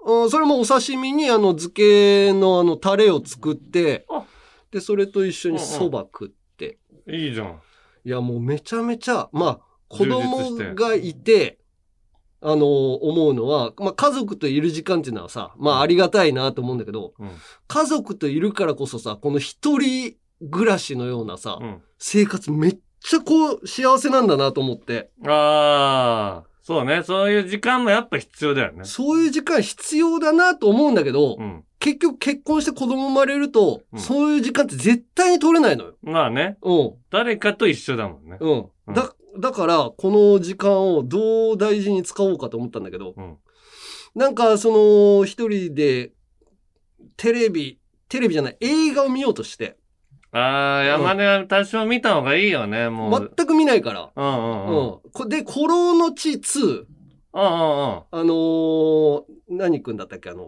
[SPEAKER 2] うん、それもお刺身にあの漬けのあのタレを作って
[SPEAKER 1] あ、
[SPEAKER 2] で、それと一緒に蕎麦食って、
[SPEAKER 1] いいじゃん
[SPEAKER 2] いや、もうめちゃめちゃ、まあ、子
[SPEAKER 1] 充実
[SPEAKER 2] 供
[SPEAKER 1] して
[SPEAKER 2] がいて、あの、思うのは、まあ、家族といる時間っていうのはさ、まあ、ありがたいなと思うんだけど、
[SPEAKER 1] うん
[SPEAKER 2] 家族といるからこそさ、この一人暮らしのようなさ、
[SPEAKER 1] うん
[SPEAKER 2] 生活めっちゃこう、幸せなんだなと思って、
[SPEAKER 1] ああそうねそういう時間もやっぱ必要だよね
[SPEAKER 2] そういう時間必要だなと思うんだけど、
[SPEAKER 1] うん
[SPEAKER 2] 結局結婚して子供生まれると、
[SPEAKER 1] うん
[SPEAKER 2] そういう時間って絶対に取れないのよ。
[SPEAKER 1] まあね
[SPEAKER 2] うん。
[SPEAKER 1] 誰かと一緒だもんね
[SPEAKER 2] うん。だ、だから、この時間をどう大事に使おうかと思ったんだけど、
[SPEAKER 1] うん
[SPEAKER 2] なんか、その、一人で、テレビ、テレビじゃない、映画を見ようとして、
[SPEAKER 1] ああ山根は多少見た方がいいよねもう
[SPEAKER 2] 全く見ないから。
[SPEAKER 1] うんう
[SPEAKER 2] うんん。
[SPEAKER 1] うん
[SPEAKER 2] こで、古老の地2、
[SPEAKER 1] うん
[SPEAKER 2] あのー何くんだったっけ、あの、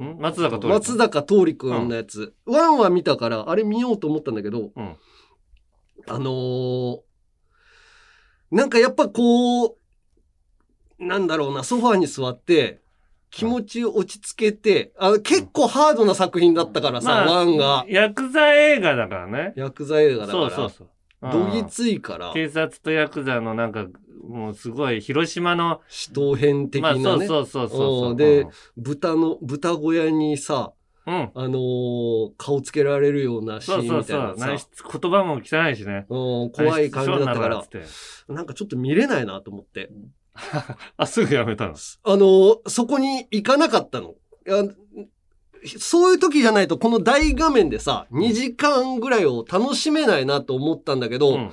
[SPEAKER 1] うんうん松坂桃李
[SPEAKER 2] 松坂桃李くんのやつ。ワンは見たから、あれ見ようと思ったんだけど、
[SPEAKER 1] うん
[SPEAKER 2] あのーなんかやっぱこう、なんだろうな、ソファーに座って、気持ちを落ち着けて、あの結構ハードな作品だったからさ、
[SPEAKER 1] まあ
[SPEAKER 2] ワンが。
[SPEAKER 1] 薬剤映画だからね。
[SPEAKER 2] 薬剤映画だか
[SPEAKER 1] そ
[SPEAKER 2] ら。
[SPEAKER 1] うそうそう。
[SPEAKER 2] ど
[SPEAKER 1] う
[SPEAKER 2] ぎ
[SPEAKER 1] ん
[SPEAKER 2] ついから、
[SPEAKER 1] 警察とヤクザのなんか、もうすごい広島の、
[SPEAKER 2] 死闘編的
[SPEAKER 1] ま
[SPEAKER 2] な
[SPEAKER 1] あ
[SPEAKER 2] ね、
[SPEAKER 1] そうそうそうそうう。
[SPEAKER 2] んで豚の、豚小屋にさ、
[SPEAKER 1] うん、うん。
[SPEAKER 2] あのー顔つけられるようなシー
[SPEAKER 1] そう
[SPEAKER 2] ン
[SPEAKER 1] そう
[SPEAKER 2] みたい
[SPEAKER 1] そ
[SPEAKER 2] な
[SPEAKER 1] う。
[SPEAKER 2] さ
[SPEAKER 1] 内、室言葉も汚いしね。
[SPEAKER 2] うん、怖い感じだ
[SPEAKER 1] 内室ショー
[SPEAKER 2] ったから
[SPEAKER 1] になるわっつって
[SPEAKER 2] なんかちょっと見れないなと思って。
[SPEAKER 1] あ、すぐやめたの。
[SPEAKER 2] あの、そこに行かなかったの。あそういう時じゃないと、この大画面でさ、2時間ぐらいを楽しめないなと思ったんだけど、
[SPEAKER 1] うん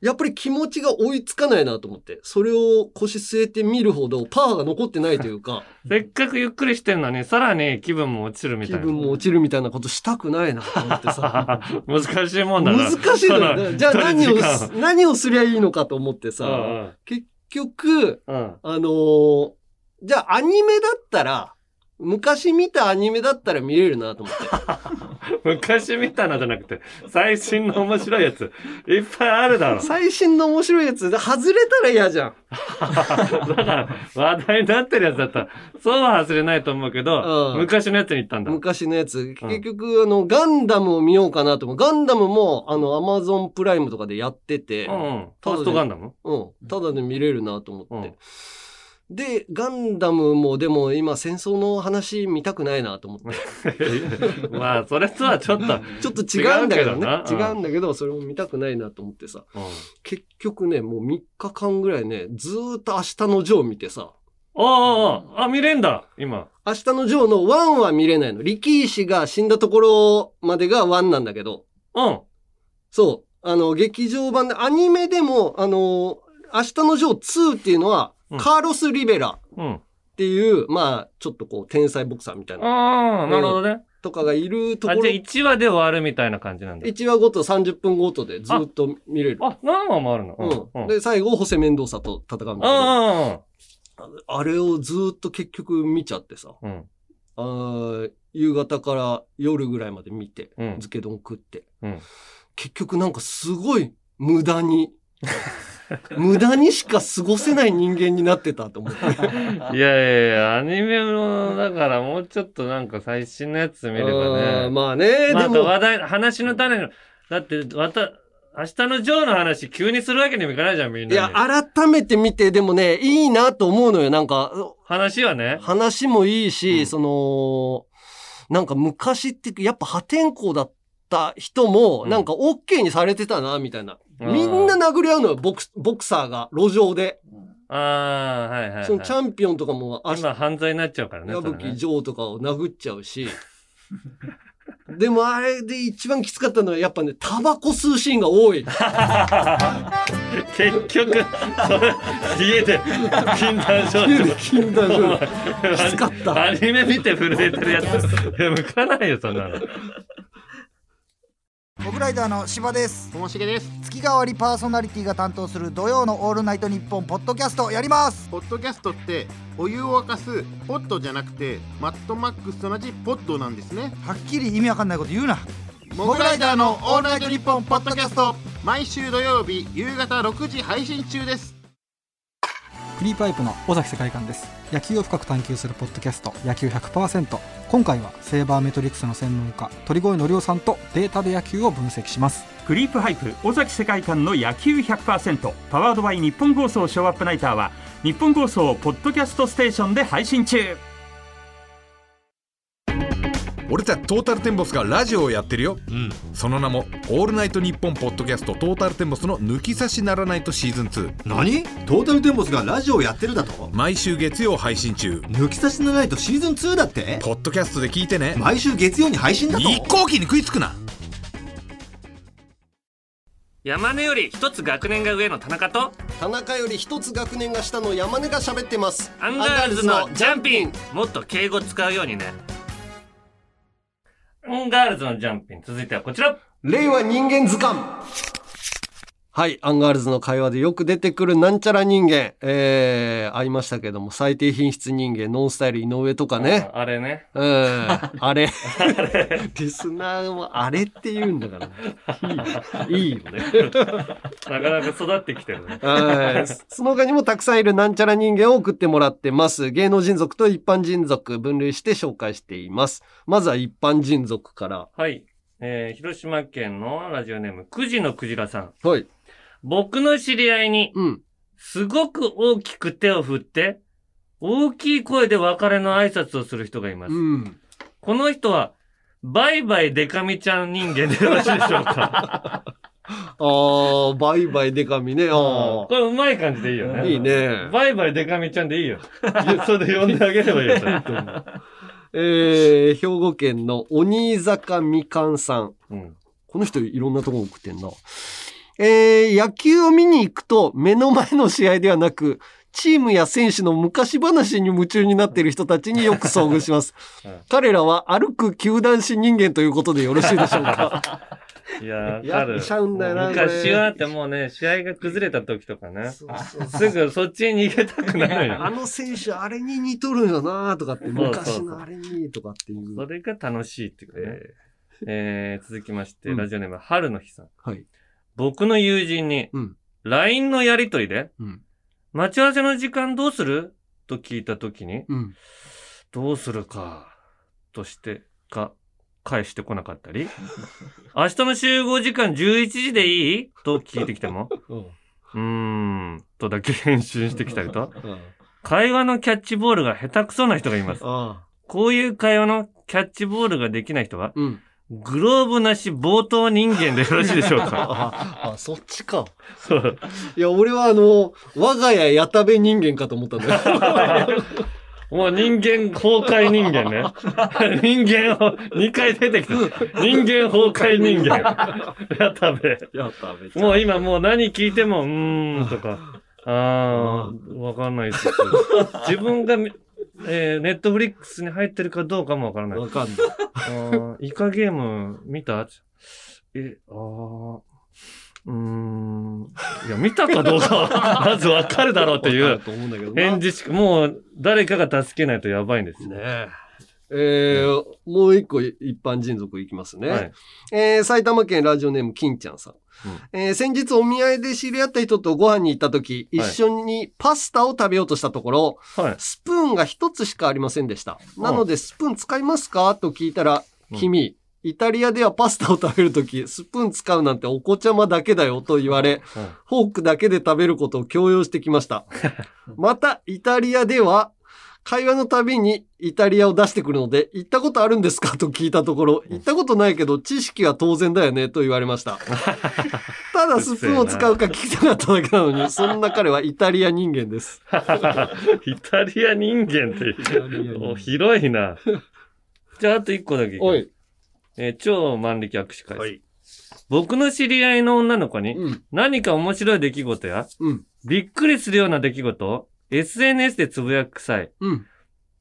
[SPEAKER 2] やっぱり気持ちが追いつかないなと思って、それを腰据えて見るほどパワーが残ってないとい
[SPEAKER 1] [laughs]
[SPEAKER 2] うか、
[SPEAKER 1] せっかくゆっくりしてんのに、さらに気分も落ちるみ
[SPEAKER 2] 気
[SPEAKER 1] たいな。
[SPEAKER 2] 分も落ちるみたいなことしたくないなと思ってさ。
[SPEAKER 1] [laughs] 難しいもんだ [laughs] な。
[SPEAKER 2] 難しいのよね。じゃ
[SPEAKER 1] [laughs]
[SPEAKER 2] あ何を
[SPEAKER 1] 取る時、
[SPEAKER 2] 何をすりゃいいのかと思って
[SPEAKER 1] 間
[SPEAKER 2] さ、結局、
[SPEAKER 1] うんうん。
[SPEAKER 2] あのーじゃあアニメだったら、昔見たアニメだったら見れるなと思
[SPEAKER 1] [laughs]
[SPEAKER 2] って。
[SPEAKER 1] うん。昔見たのじゃなくて、最新の面白いやつ、いっぱいあるだろ。
[SPEAKER 2] 最新の面白いやつ、外れたら嫌じゃん。
[SPEAKER 1] だから、話題になってるやつだったら、そうは外れないと思うけど、
[SPEAKER 2] うん
[SPEAKER 1] 昔のやつに行ったんだ。
[SPEAKER 2] 昔のやつ。結局、あの、ガンダムを見ようかなと思う。ガンダムも、あの、アマゾンプライムとかでやってて、
[SPEAKER 1] うんうん。トーストガンダム [laughs]
[SPEAKER 2] うん、ただで見れるなと思って。で、ガンダムもでも今戦争の話見たくないなと思って。
[SPEAKER 1] まあ、それとはちょっ
[SPEAKER 2] [laughs]
[SPEAKER 1] と、
[SPEAKER 2] ちょっと違うんだけどね。
[SPEAKER 1] 違うけ
[SPEAKER 2] 違
[SPEAKER 1] どなうん
[SPEAKER 2] うんだけど、それも見たくないなと思ってさ。
[SPEAKER 1] うん
[SPEAKER 2] 結局ね、もう3日間ぐらいね、ずーっと明日のジョー見てさ。
[SPEAKER 1] ああああ、あ、見れんだ、今。
[SPEAKER 2] 明日のジョーの1は見れないの。力士が死んだところまでが1なんだけど。
[SPEAKER 1] うん。
[SPEAKER 2] そう。あの、劇場版で、アニメでも、あの、明日のジョー2っていうのは、
[SPEAKER 1] うん
[SPEAKER 2] カーロス・リベラっ
[SPEAKER 1] うん。
[SPEAKER 2] ていう、まあ、ちょっとこう、天才ボクサーみたいな、
[SPEAKER 1] ああ、なるほどね。
[SPEAKER 2] とかがいるとこ
[SPEAKER 1] あ、
[SPEAKER 2] ろ
[SPEAKER 1] じゃあ、1話で終わるみたいな感じなんだ。
[SPEAKER 2] 1話ごと30分ごとでずっと見れる。
[SPEAKER 1] あ、何話もあるの
[SPEAKER 2] う。
[SPEAKER 1] うんん。うん。
[SPEAKER 2] で、最後、ホセ・メンドーサと戦うんだけど、
[SPEAKER 1] あ
[SPEAKER 2] あれをずっと結局見ちゃってさ、
[SPEAKER 1] あ、うん。
[SPEAKER 2] あー夕方から夜ぐらいまで見て、
[SPEAKER 1] うん
[SPEAKER 2] [laughs] 漬け丼食って、
[SPEAKER 1] うん
[SPEAKER 2] 結局なんかすごい無駄に、 [laughs] 無駄にしか過ごせない人間になってたと思って。
[SPEAKER 1] いやいやいや、アニメの、だからもうちょっとなんか最新のやつ見れば
[SPEAKER 2] あー
[SPEAKER 1] ね。
[SPEAKER 2] まあね、
[SPEAKER 1] まあ、あ
[SPEAKER 2] で
[SPEAKER 1] と
[SPEAKER 2] も、
[SPEAKER 1] 話題、話の種の、だって、わた、明日のジョーの話急にするわけにもいかないじゃん、みんなに。
[SPEAKER 2] いや、改めて見て、でもね、いいなと思うのよ。なんか、
[SPEAKER 1] 話はね。
[SPEAKER 2] 話もいいし、
[SPEAKER 1] うん
[SPEAKER 2] その、なんか昔って、やっぱ破天荒だった人も、
[SPEAKER 1] うん
[SPEAKER 2] なんか OK にされてたな、みたいな。
[SPEAKER 1] うん
[SPEAKER 2] みんな殴り合うのよ、ボクスボクサーが、路上で。
[SPEAKER 1] ああ、はいはい、はい。
[SPEAKER 2] そのチャンピオンとかも、あ
[SPEAKER 1] 今犯罪になっちゃうからね。
[SPEAKER 2] 矢
[SPEAKER 1] それね
[SPEAKER 2] 吹城とかを殴っちゃうし。でもあれで一番きつかったのはやっぱね、タバコ吸うシーンが多い。 [laughs]
[SPEAKER 1] 結局、それ、家で、禁断症状。
[SPEAKER 2] 禁断症状 [laughs] きつかっ
[SPEAKER 1] ア
[SPEAKER 2] た。
[SPEAKER 1] ニメ見て震えてるやつ。いや、向かないよ、そんなの。
[SPEAKER 8] モグライダーの芝です
[SPEAKER 9] ともしげです
[SPEAKER 8] 月替わりパーソナリティが担当する土曜のオールナイトニッポンポッドキャストやります
[SPEAKER 9] ポッドキャストってお湯を沸かすポットじゃなくてマットマックスと同じポットなんですね
[SPEAKER 8] はっきり意味わかんないこと言うな
[SPEAKER 9] モグライダーのオールナイトニッポンポッドキャスト毎週土曜日夕方6時配信中です
[SPEAKER 10] フリーパイプの尾崎世界観です野球を深く探求するポッドキャスト「野球100%」今回はセーバーメトリクスの専門家鳥越のりおさんとデータで野球を分析します
[SPEAKER 11] クリープハイプ尾崎世界観の野球100%パワードバイ日本放送ショーアップナイターは日本放送ポッドキャストステーションで配信中
[SPEAKER 12] 俺たちトータルテンボスがラジオをやってるよ、その名も「オールナイトニッポン」ポッドキャストトータルテンボスの抜き差しならないとシーズン2
[SPEAKER 13] 何トータルテンボスがラジオやってるだと
[SPEAKER 12] 毎週月曜配信中
[SPEAKER 13] 抜き差しならないとシーズン2だって
[SPEAKER 12] ポッドキャストで聞いてね
[SPEAKER 13] 毎週月曜に配信だと
[SPEAKER 12] 一向機に食いつくな
[SPEAKER 1] 山根より一つ学年が上の田中と、
[SPEAKER 2] 田中より一つ学年が下の山根が喋ってます。
[SPEAKER 1] アンガールズのジャンピンもっと敬語使うようにね。アンガールズのジャンピン、続いてはこちら。
[SPEAKER 2] 令和人間図鑑はい、アンガールズの会話でよく出てくるなんちゃら人間。えー、会いましたけども、最低品質人間、ノンスタイル井上とかね。
[SPEAKER 1] あれね。
[SPEAKER 2] うん、 [laughs] あれ。リスナーもあれって言うんだから、ね、いいいいよ [laughs] ね。
[SPEAKER 1] なかなか育ってきて
[SPEAKER 2] [laughs]
[SPEAKER 1] るね。
[SPEAKER 2] はいその他にもたくさんいるなんちゃら人間を送ってもらってます。芸能人族と一般人族分類して紹介しています。まずは一般人族から。
[SPEAKER 1] はい。えー、広島県のラジオネーム、くじのくじらさん。
[SPEAKER 2] はい。
[SPEAKER 1] 僕の知り合いに、
[SPEAKER 2] うん。
[SPEAKER 1] すごく大きく手を振って、大きい声で別れの挨拶をする人がいます。
[SPEAKER 2] うん。
[SPEAKER 1] この人は、バイバイデカミちゃん人間でよろしいでしょうか
[SPEAKER 2] あー、バイバイデカミ [laughs] ね。あー
[SPEAKER 1] こ。れうまい感じでいいよね。
[SPEAKER 2] いいね。
[SPEAKER 1] バイバイデカミちゃんでいいよ。それで呼んであげればいいよ。
[SPEAKER 2] えー、兵庫県の鬼坂みかんさん。この人いろんなとこ送ってんな。えー、野球を見に行くと目の前の試合ではなく、チームや選手の昔話に夢中になっている人たちによく遭遇
[SPEAKER 1] [laughs]
[SPEAKER 2] します。彼らは歩く球団新人間ということでよろしいでしょ
[SPEAKER 1] [laughs]
[SPEAKER 2] うか
[SPEAKER 1] いや、わ
[SPEAKER 2] や
[SPEAKER 1] か
[SPEAKER 2] っ
[SPEAKER 1] る。
[SPEAKER 2] ちゃうんだよなこ
[SPEAKER 1] 昔
[SPEAKER 2] れ
[SPEAKER 1] はってもうね、試合が崩れた時とかね。すぐそっちに逃げたくなるよ。
[SPEAKER 2] あの選手あれに似とるよなとかって、昔
[SPEAKER 1] そうそう
[SPEAKER 2] のあれにとかっていう。
[SPEAKER 1] それが楽しいっていうかね。えー続きまして、ラジオネーム、春の日さん。僕の友人に、LINE のやりとりで、待ち合わせの時間どうすると聞いたときに、どうするか、としてか、返してこなかったり、 [laughs] 明日の集合時間11時でいいと聞いてきても、うーん、とだけ返信してきたりと、会話のキャッチボールが下手くそな人がいます。こういう会話のキャッチボールができない人は、グローブなし冒頭人間でよろしいでしょうか
[SPEAKER 2] あ、そっちか。
[SPEAKER 1] そう。
[SPEAKER 2] いや、俺はあの、我が家矢田部人間かと思ったんだよ。
[SPEAKER 1] [laughs] もう人間崩壊人間ね。 [laughs] 人間を、2回出てきた。人間崩壊人 [laughs] 間。やったべ。
[SPEAKER 2] やったべ
[SPEAKER 1] もう今もう何聞いても、うーんと
[SPEAKER 2] [laughs]
[SPEAKER 1] か、あー、わかんないです。自分が、えー、ネットフリックスに入ってるかどうかもわからない。わ
[SPEAKER 2] かんない。
[SPEAKER 1] イカゲーム見たえ、あー。うーん。いや、見たかどうか
[SPEAKER 2] [laughs]
[SPEAKER 1] はまずわかるだろうってい
[SPEAKER 2] わ
[SPEAKER 1] う
[SPEAKER 2] かると思うんだけどな
[SPEAKER 1] 返事しか、もう誰かが助けないとやばいんですよ。
[SPEAKER 2] ねえーもう一個い一般人族いきますね。
[SPEAKER 1] はい
[SPEAKER 2] えー埼玉県ラジオネーム金ちゃんさん。えー先日お見合いで知り合った人とご飯に行った時、
[SPEAKER 1] はい
[SPEAKER 2] 一緒にパスタを食べようとしたところ、
[SPEAKER 1] はい [laughs]
[SPEAKER 2] スプーンが一つしかありませんでした。なので、スプーン使いますかと聞いたら、君、イタリアではパスタを食べるとき、スプーン使うなんてお子ちゃまだけだよと言われ、フォークだけで食べることを強要してきました。また、イタリアでは、会話のたびにイタリアを出してくるので、行ったことあるんですかと聞いたところ、行ったことないけど、知識は当然だよねと言われました。ただスプーンを使うか聞きたかっただけなのに、そんな彼はイタリア人間です。
[SPEAKER 1] イタリア人間ってお広いな。じゃあ、あと一個だけいきます。えー超万力握手会です、僕の知り合いの女の子に、何か面白い出来事や、びっくりするような出来事を SNS でつぶやく際、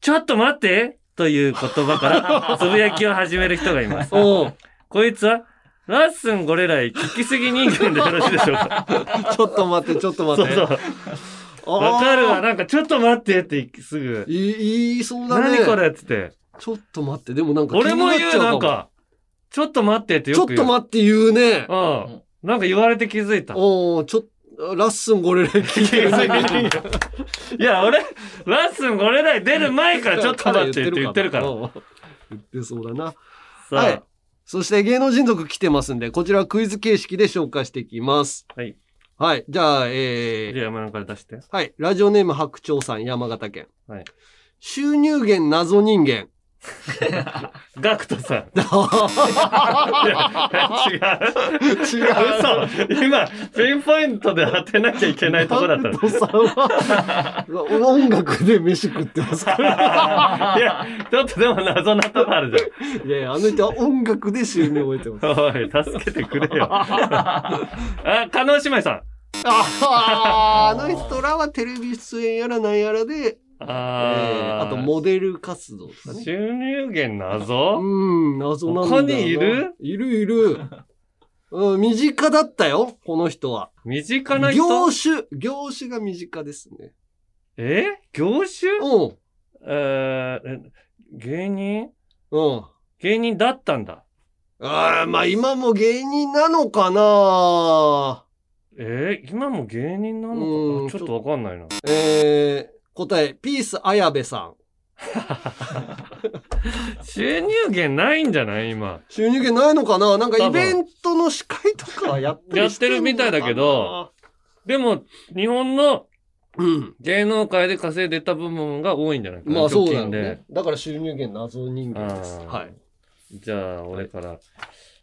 [SPEAKER 1] ちょっと待ってという言葉 [laughs] からつぶやきを始める人がいます。こいつは、ラッスンゴレライ聞きすぎ人間でよろしいでしょうか
[SPEAKER 2] ちょっと待って、ちょっと待って。
[SPEAKER 1] [laughs] そうそう。わかるわ。なんか、ちょっと待ってって、すぐ。
[SPEAKER 2] 言い言いそうだね。
[SPEAKER 1] 何これっつって。
[SPEAKER 2] ちょっと待って、でもなんか
[SPEAKER 1] 俺も言う、なん
[SPEAKER 2] 気にっちゃ
[SPEAKER 1] か、ちょっと待ってって
[SPEAKER 2] う
[SPEAKER 1] よ
[SPEAKER 2] かも
[SPEAKER 1] く
[SPEAKER 2] ち
[SPEAKER 1] 言
[SPEAKER 2] ょ
[SPEAKER 1] う。
[SPEAKER 2] っと待って言うね。
[SPEAKER 1] うん。なんか言われて気づいた。
[SPEAKER 2] おーちょっと、ラッスンゴレラ
[SPEAKER 1] [laughs]
[SPEAKER 2] 聞いてるね。
[SPEAKER 1] いや、俺、ラッスンこれだよ出る前からちょっと待ってって言ってるから。
[SPEAKER 2] うん [laughs] 言ってそうだな。
[SPEAKER 1] さあ
[SPEAKER 2] はい。そして芸能人族来てますんで、こちらはクイズ形式で紹介していきます。
[SPEAKER 1] はい。
[SPEAKER 2] はい。じゃあ、えー。
[SPEAKER 1] じゃあ山中から出して。
[SPEAKER 2] はい。ラジオネーム白鳥さん、山形県。
[SPEAKER 1] はい。
[SPEAKER 2] 収入源謎人間。
[SPEAKER 1] ガクト
[SPEAKER 2] [laughs]
[SPEAKER 1] さん。いや違う。
[SPEAKER 2] 違
[SPEAKER 1] う。嘘。今、ピンポイントで当てなきゃいけないとこだ
[SPEAKER 2] [laughs]
[SPEAKER 1] ったの。
[SPEAKER 2] 音楽で飯食ってま
[SPEAKER 1] [laughs]
[SPEAKER 2] すから。
[SPEAKER 1] いや、ちょっとでも謎なとこあるじ
[SPEAKER 2] いやいや、あの人は音楽で収入を得てます。
[SPEAKER 1] ゃん。おい、助けてく
[SPEAKER 2] [laughs]
[SPEAKER 1] れよ。あ、加納姉妹さん。
[SPEAKER 2] あーあの人らはテレビ出演やらなんやらで、
[SPEAKER 1] あ
[SPEAKER 2] あとモデル活動ですかね。
[SPEAKER 1] 収入源謎
[SPEAKER 2] うん、謎なんだよな
[SPEAKER 1] 他にいる
[SPEAKER 2] いるいる。 [laughs] うん、身近だったよ、この人は。
[SPEAKER 1] 身近な人
[SPEAKER 2] 業種、業種が身近ですね。
[SPEAKER 1] え業種
[SPEAKER 2] うん。
[SPEAKER 1] えー芸人
[SPEAKER 2] うん。
[SPEAKER 1] 芸人だったんだ。
[SPEAKER 2] ああ、まあ今も芸人なのかな
[SPEAKER 1] えー今も芸人なの
[SPEAKER 2] うん
[SPEAKER 1] かなちょっとわかんないな。
[SPEAKER 2] えー、答え、ピース綾部さん。
[SPEAKER 1] 収入源ないんじゃない今。
[SPEAKER 2] 収入源ないのかななんか
[SPEAKER 1] 多
[SPEAKER 2] イ
[SPEAKER 1] 分
[SPEAKER 2] ベントの司会とかはやった
[SPEAKER 1] や
[SPEAKER 2] り
[SPEAKER 1] っ
[SPEAKER 2] して
[SPEAKER 1] てるみたいだけど、でも、日本の芸能界で稼いでた部門が多いんじゃないかな。
[SPEAKER 2] まあそうだよ
[SPEAKER 1] 貯金
[SPEAKER 2] ね
[SPEAKER 1] で。。
[SPEAKER 2] だから収入源謎人間です。はい。 [laughs]
[SPEAKER 1] い。じゃあ、俺から。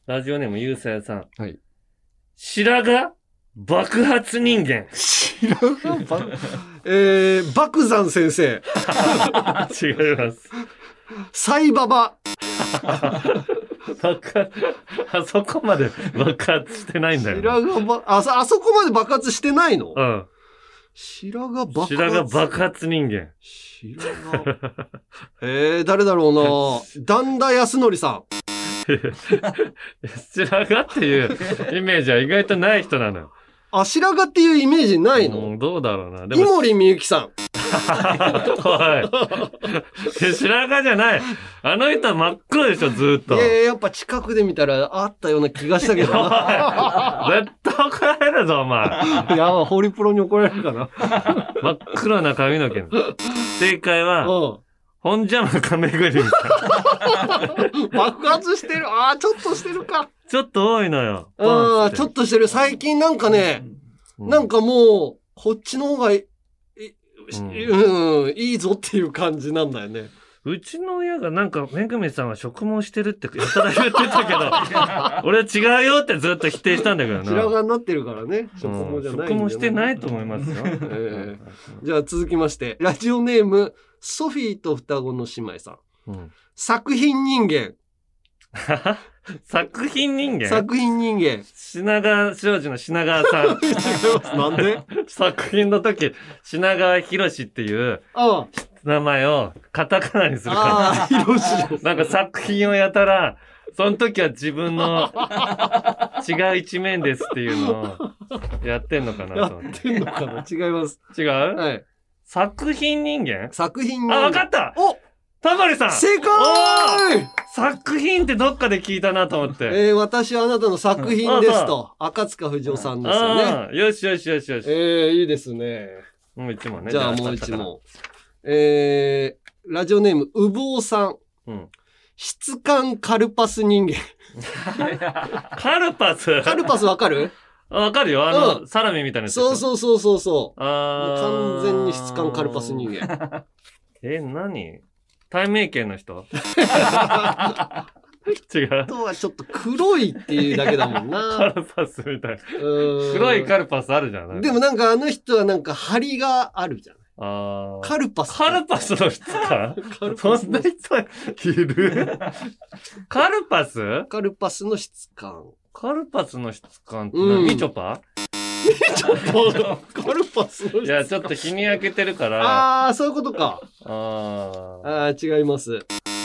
[SPEAKER 1] ラジオネーム、ゆうさやさん。白髪爆発人間。
[SPEAKER 2] 白髪ば、えー、爆山先生。
[SPEAKER 1] 違います。
[SPEAKER 2] サイババ。
[SPEAKER 1] あそこまで爆発してないんだよ。
[SPEAKER 2] 白髪ば、あそ、あそこまで爆発してないの
[SPEAKER 1] うん。
[SPEAKER 2] 白髪爆発。
[SPEAKER 1] 白髪爆発人
[SPEAKER 2] [laughs]
[SPEAKER 1] 間。
[SPEAKER 2] 白髪。えー、誰だろ
[SPEAKER 1] [laughs]
[SPEAKER 2] うな。段田康則さ
[SPEAKER 1] 白髪っていうイメージは意外とない人なのよ。
[SPEAKER 2] ん。あ、白髪っていうイメージないの
[SPEAKER 1] うんどうだろうな。で
[SPEAKER 2] 井
[SPEAKER 1] も、
[SPEAKER 2] 森美幸さん。
[SPEAKER 1] [laughs] おい白髪じゃない。あの人は真っ黒でしょ、ずーっ
[SPEAKER 2] い
[SPEAKER 1] と。
[SPEAKER 2] やい
[SPEAKER 1] 絶
[SPEAKER 2] や、やっぱ近くで見たらあったような気がしたけどな。
[SPEAKER 1] 対怒られるぞ、お前。
[SPEAKER 2] [laughs] いや、ホリプロに怒られるかな。 [laughs]
[SPEAKER 1] 真っ黒な髪の毛の。正解は、本ジャム亀栗みたいな。
[SPEAKER 2] 爆発してる。ああ、ちょっとしてるか。
[SPEAKER 1] ちょっと多いのよ。
[SPEAKER 2] ああ、ちょっとしてる。最近なんかね、なんかもう、こっちの方がい、いうん、いいぞっていう感じなんだよね。
[SPEAKER 1] うちの親がなんか、めぐみさんは植毛してるってやたら言ってたけ
[SPEAKER 2] [laughs]
[SPEAKER 1] ど、俺は違うよってずっと否定したんだけどな。
[SPEAKER 2] 白髪になってるからね。
[SPEAKER 1] う
[SPEAKER 2] 食
[SPEAKER 1] ん
[SPEAKER 2] 毛じゃないんだよね。
[SPEAKER 1] 植毛してないと思いますよ。
[SPEAKER 2] ええじゃあ続きまして、ラジオネーム、ソフィーと双子の姉妹さん。
[SPEAKER 1] うん [laughs]
[SPEAKER 2] 作品人間。
[SPEAKER 1] 作品人間
[SPEAKER 2] 作品人 [laughs] 間。
[SPEAKER 1] 品川庄司の品川さ
[SPEAKER 2] [laughs]
[SPEAKER 1] ん。
[SPEAKER 2] なんで
[SPEAKER 1] 作品の時、品川博士っていう
[SPEAKER 2] あ
[SPEAKER 1] 名前をカタカナ
[SPEAKER 2] [laughs]
[SPEAKER 1] にするから。なんか作品をやたら、その時は自分の違う一面ですっていうのをやってんのかなと思って。
[SPEAKER 2] てんのかな違います。
[SPEAKER 1] 違う、作品人間
[SPEAKER 2] 作品人
[SPEAKER 1] あ、わかった
[SPEAKER 2] お
[SPEAKER 1] タモリさん
[SPEAKER 2] 正解
[SPEAKER 1] おー作品ってどっかで聞いたなと思って。
[SPEAKER 2] えー私はあなたの作品です
[SPEAKER 1] うん
[SPEAKER 2] と。赤塚不二夫さんですよね。
[SPEAKER 1] ああ、よしよしよしよし。
[SPEAKER 2] ええいいですね。
[SPEAKER 1] もう一問ね。
[SPEAKER 2] じゃあもう一問。。えー、ラジオネーム、うぼうさん。
[SPEAKER 1] うん
[SPEAKER 2] 質感カルパ
[SPEAKER 1] [laughs]
[SPEAKER 2] ス人間。
[SPEAKER 1] カルパス
[SPEAKER 2] カルパスわかる
[SPEAKER 1] わかるよ。あの、サラミみたいなやつ。
[SPEAKER 2] そうそうそうそうそう。
[SPEAKER 1] あ
[SPEAKER 2] 完
[SPEAKER 1] ー
[SPEAKER 2] 全に質感カルパス人間。
[SPEAKER 1] え、何対名系の
[SPEAKER 2] [laughs]
[SPEAKER 1] 人違う。
[SPEAKER 2] とはちょっと黒いっていうだけだも
[SPEAKER 1] カ [laughs]
[SPEAKER 2] んな。
[SPEAKER 1] ルパスみたいな。
[SPEAKER 2] うん
[SPEAKER 1] 黒いカルパスあるじゃない
[SPEAKER 2] でもなんかあの人はなんか張りがあるじゃん。
[SPEAKER 1] あー
[SPEAKER 2] カルパス。
[SPEAKER 1] カルパスの質感そんな人いるカルパス
[SPEAKER 2] カルパスの質
[SPEAKER 1] [laughs]
[SPEAKER 2] 感。
[SPEAKER 1] カルパスの質感って
[SPEAKER 2] うん
[SPEAKER 1] 何みちょぱ
[SPEAKER 2] ちょっと、カルパスの
[SPEAKER 1] いや、ちょっと日に焼けてるから。あ
[SPEAKER 2] ああ、そういうことか。
[SPEAKER 1] あ
[SPEAKER 2] あー違います。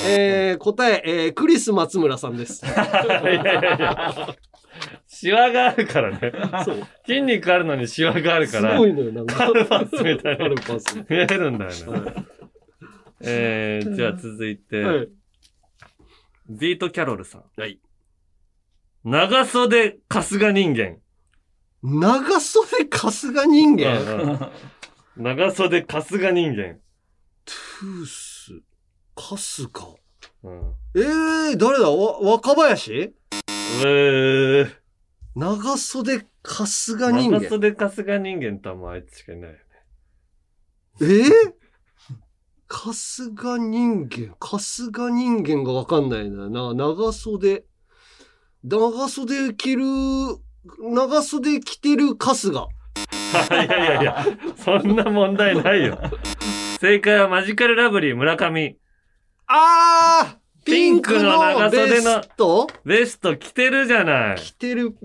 [SPEAKER 2] えー、答え、えー、クリス松村さんです。
[SPEAKER 1] ー。いやいやいや。シワがあるからね。筋肉あるのにシワがあるから。
[SPEAKER 2] すごいのよなんか
[SPEAKER 1] カルパスみたいな。
[SPEAKER 2] カルパス
[SPEAKER 1] 見えるんだよね。えー、じゃあ続いて、
[SPEAKER 2] はい
[SPEAKER 1] ビートキャロルさん。
[SPEAKER 2] はい。
[SPEAKER 1] 長袖春日人間。
[SPEAKER 2] 長袖春日人
[SPEAKER 1] うんうん
[SPEAKER 2] 間
[SPEAKER 1] 長袖春日人間。
[SPEAKER 2] トゥース、春日。
[SPEAKER 1] うん。
[SPEAKER 2] えー、誰だわ、若林
[SPEAKER 1] えー、
[SPEAKER 2] 長袖春日人
[SPEAKER 1] 長
[SPEAKER 2] 間。
[SPEAKER 1] 袖春日人間とはもうあいつしかいないよね。
[SPEAKER 2] えー、春日人間。春日人間がわかんないんだよな。長袖。長袖着る、長袖着てる春日。
[SPEAKER 1] いやいやいや、そんな問題ないよ。正解はマジカルラブリー村上。
[SPEAKER 2] あー
[SPEAKER 1] ピンクの長袖の
[SPEAKER 2] ベスト
[SPEAKER 1] ベスト着てるじゃない。
[SPEAKER 2] 着てる、ベ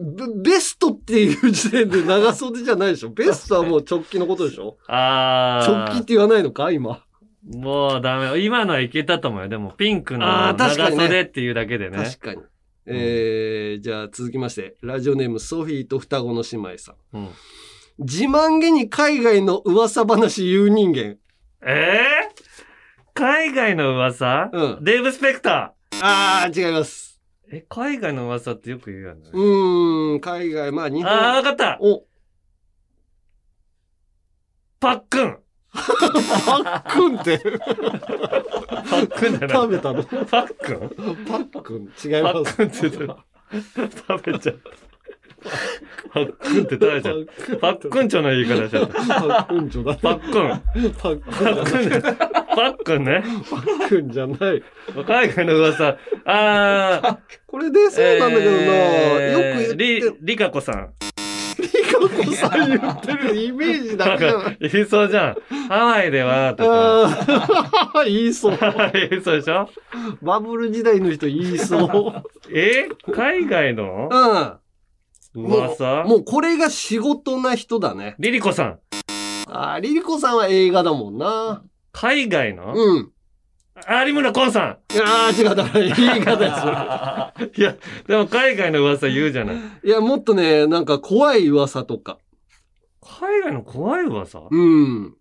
[SPEAKER 2] ベストっていう時点で長袖じゃないで
[SPEAKER 1] [laughs]
[SPEAKER 2] しょ。ベストはもう直帰のことでしょ。直
[SPEAKER 1] あ
[SPEAKER 2] 帰って言わないのか今。
[SPEAKER 1] ー。もうダメ。今のはいけたと思うよ。でもピンクの
[SPEAKER 2] あー
[SPEAKER 1] 長
[SPEAKER 2] 確かにね
[SPEAKER 1] 袖っていうだけでね。
[SPEAKER 2] 確かに。えー、じゃあ続きまして、ラジオネームソフィーと双子の姉妹さん。
[SPEAKER 1] うん
[SPEAKER 2] 自慢げに海外の噂話言う人間。
[SPEAKER 1] えー、海外の噂、デーブ・スペクタ
[SPEAKER 2] ー。あー、違います。
[SPEAKER 1] え、海外の噂ってよく言うよね。
[SPEAKER 2] うーん、海外、まあ日本。
[SPEAKER 1] あー、わかった。
[SPEAKER 2] お。
[SPEAKER 1] パックン。
[SPEAKER 2] パックンって。
[SPEAKER 1] パックンだな。
[SPEAKER 2] 食べたの
[SPEAKER 1] パックン
[SPEAKER 2] パックン、違います。
[SPEAKER 1] パックンって言ってた食べちゃった。パックンって食べちゃった。パックンチョの言い方しちゃった。
[SPEAKER 2] パックンチョだ。
[SPEAKER 1] パックン。
[SPEAKER 2] パックン
[SPEAKER 1] パックンね。パックンね。
[SPEAKER 2] パックンじゃない。
[SPEAKER 1] 海外の噂。あー。
[SPEAKER 2] これでそうなんだけどな、
[SPEAKER 1] えー
[SPEAKER 2] よく言っ
[SPEAKER 1] り、
[SPEAKER 2] て
[SPEAKER 1] りかこさん。
[SPEAKER 2] リ
[SPEAKER 1] ココさん言ってるイメージだけ [laughs] 言いそうじゃん。ハワイでは、とか。言いそう。 [laughs] 言いそうでしょバブル時代の人言いそう。え海外の [laughs]
[SPEAKER 2] うん。
[SPEAKER 1] 噂
[SPEAKER 2] もうもうこれが仕事な人だね。
[SPEAKER 1] リリコさん。
[SPEAKER 2] あーリリコさんは映画だもんな。
[SPEAKER 1] 海外の
[SPEAKER 2] うん。
[SPEAKER 1] 有村コンさん。
[SPEAKER 2] ああ、違うだ。映
[SPEAKER 1] [laughs]
[SPEAKER 2] 画だ
[SPEAKER 1] よ、いや、でも海外の噂言うじゃない。
[SPEAKER 2] いや、もっとね、なんか怖い噂とか。
[SPEAKER 1] 海外の怖い噂
[SPEAKER 2] うん。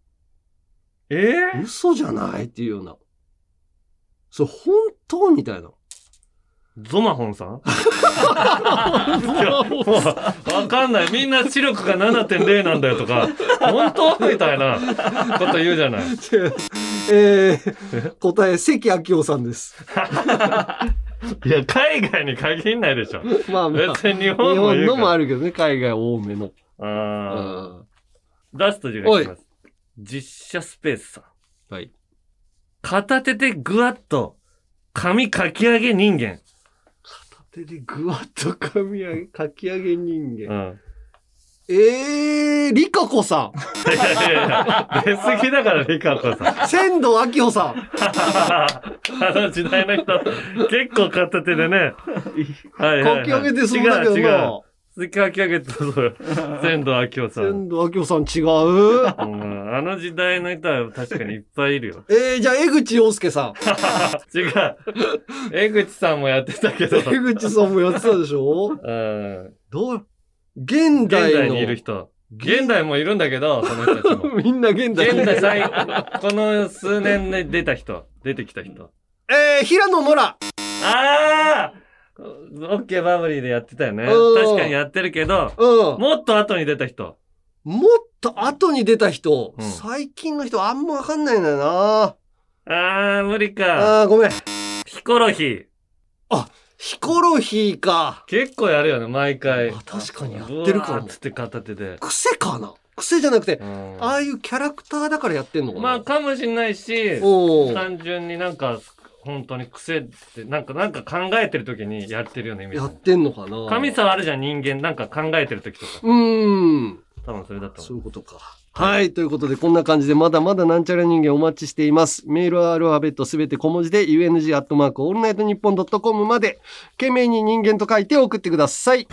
[SPEAKER 1] え
[SPEAKER 2] 嘘じゃないっていうような。そう、本当みたいな。
[SPEAKER 1] ゾマホンさんいやもうわかんない。みんな視力が7.0なんだよとか、本当みたいなこと言うじゃない。
[SPEAKER 2] [laughs] えー、答え、関明夫さんです。
[SPEAKER 1] [laughs] いや、海外に限んないでしょ。
[SPEAKER 2] まあまあ
[SPEAKER 1] 別に日本も言うから
[SPEAKER 2] 日本のもあるけどね、海外多めの。
[SPEAKER 1] あーラスト10がいきます。実写スペースさ
[SPEAKER 2] ん。はい。
[SPEAKER 1] 片手でぐわっと髪かき上げ人間。
[SPEAKER 2] 手でぐわっと髪上げ、かき上げ人
[SPEAKER 1] [laughs]
[SPEAKER 2] 間。
[SPEAKER 1] うん。
[SPEAKER 2] えー、リカコさ
[SPEAKER 1] いやいやいや、出過ぎだから、リカコさん。
[SPEAKER 2] ん。仙道明
[SPEAKER 1] [laughs]
[SPEAKER 2] 夫さん。
[SPEAKER 1] あの時代の人、結構片手でね。はいはい、はい。
[SPEAKER 2] かき上げてそうだけど
[SPEAKER 1] 違
[SPEAKER 2] な
[SPEAKER 1] う違う。かき上げてそう。仙道明夫さん。
[SPEAKER 2] 仙道明夫さん違う。
[SPEAKER 1] [laughs] うんあの時代の人は確かにいっぱいいるよ。
[SPEAKER 2] えー、じゃあ江口洋介さん。
[SPEAKER 1] 違う。江口さんもやってたけど。
[SPEAKER 2] [laughs] 江口さんもやってたでしょ
[SPEAKER 1] うん。
[SPEAKER 2] どう現
[SPEAKER 1] 現
[SPEAKER 2] 代の。
[SPEAKER 1] 代にいる人。現代もいるんだけど、その人たちも。
[SPEAKER 2] みんな現代
[SPEAKER 1] 現代 [laughs] 最、この数年で出た人。出てきた人。
[SPEAKER 2] えー、平野ノラ。
[SPEAKER 1] ああオッケーバブリーでやってたよね。
[SPEAKER 2] うん
[SPEAKER 1] 確かにやってるけど、もっと後に出た人。
[SPEAKER 2] もっと後に出た人、最近の人あんまわかんないんだよな。
[SPEAKER 1] あー、無理か。
[SPEAKER 2] あー、ごめん。
[SPEAKER 1] ヒコロヒー。
[SPEAKER 2] ヒコロヒーか。
[SPEAKER 1] 結構やるよね、毎回。
[SPEAKER 2] 確かにや
[SPEAKER 1] って
[SPEAKER 2] るかも
[SPEAKER 1] つって片手で。
[SPEAKER 2] 癖かな癖じゃなくて、ああいうキャラクターだからやってんのかな
[SPEAKER 1] まあ、かもしんないし
[SPEAKER 2] お、ー
[SPEAKER 1] 単純になんか、本当に癖って、なんか、なんか考えてる時にやってるよね、イメ
[SPEAKER 2] や
[SPEAKER 1] ー
[SPEAKER 2] っ
[SPEAKER 1] ジ。
[SPEAKER 2] てんのかな
[SPEAKER 1] 神様あるじゃん、人間。なんか考えてる時とか。
[SPEAKER 2] うーん。
[SPEAKER 1] 多分それだと思う。
[SPEAKER 2] そういうことか。はい。ということで、こんな感じで、まだまだなんちゃら人間お待ちしています。メールはアルファベットすべて小文字で、UNG アットマークオールナイトニッポンドットコムまで、懸命に人間と書いて送ってください。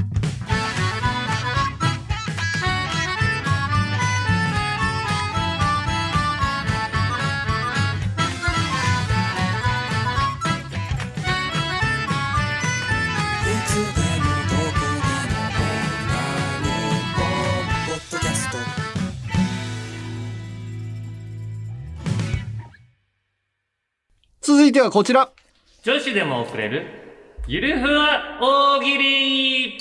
[SPEAKER 2] 続いてはこちら。
[SPEAKER 1] 女子でも送れるゆるふわ大喜利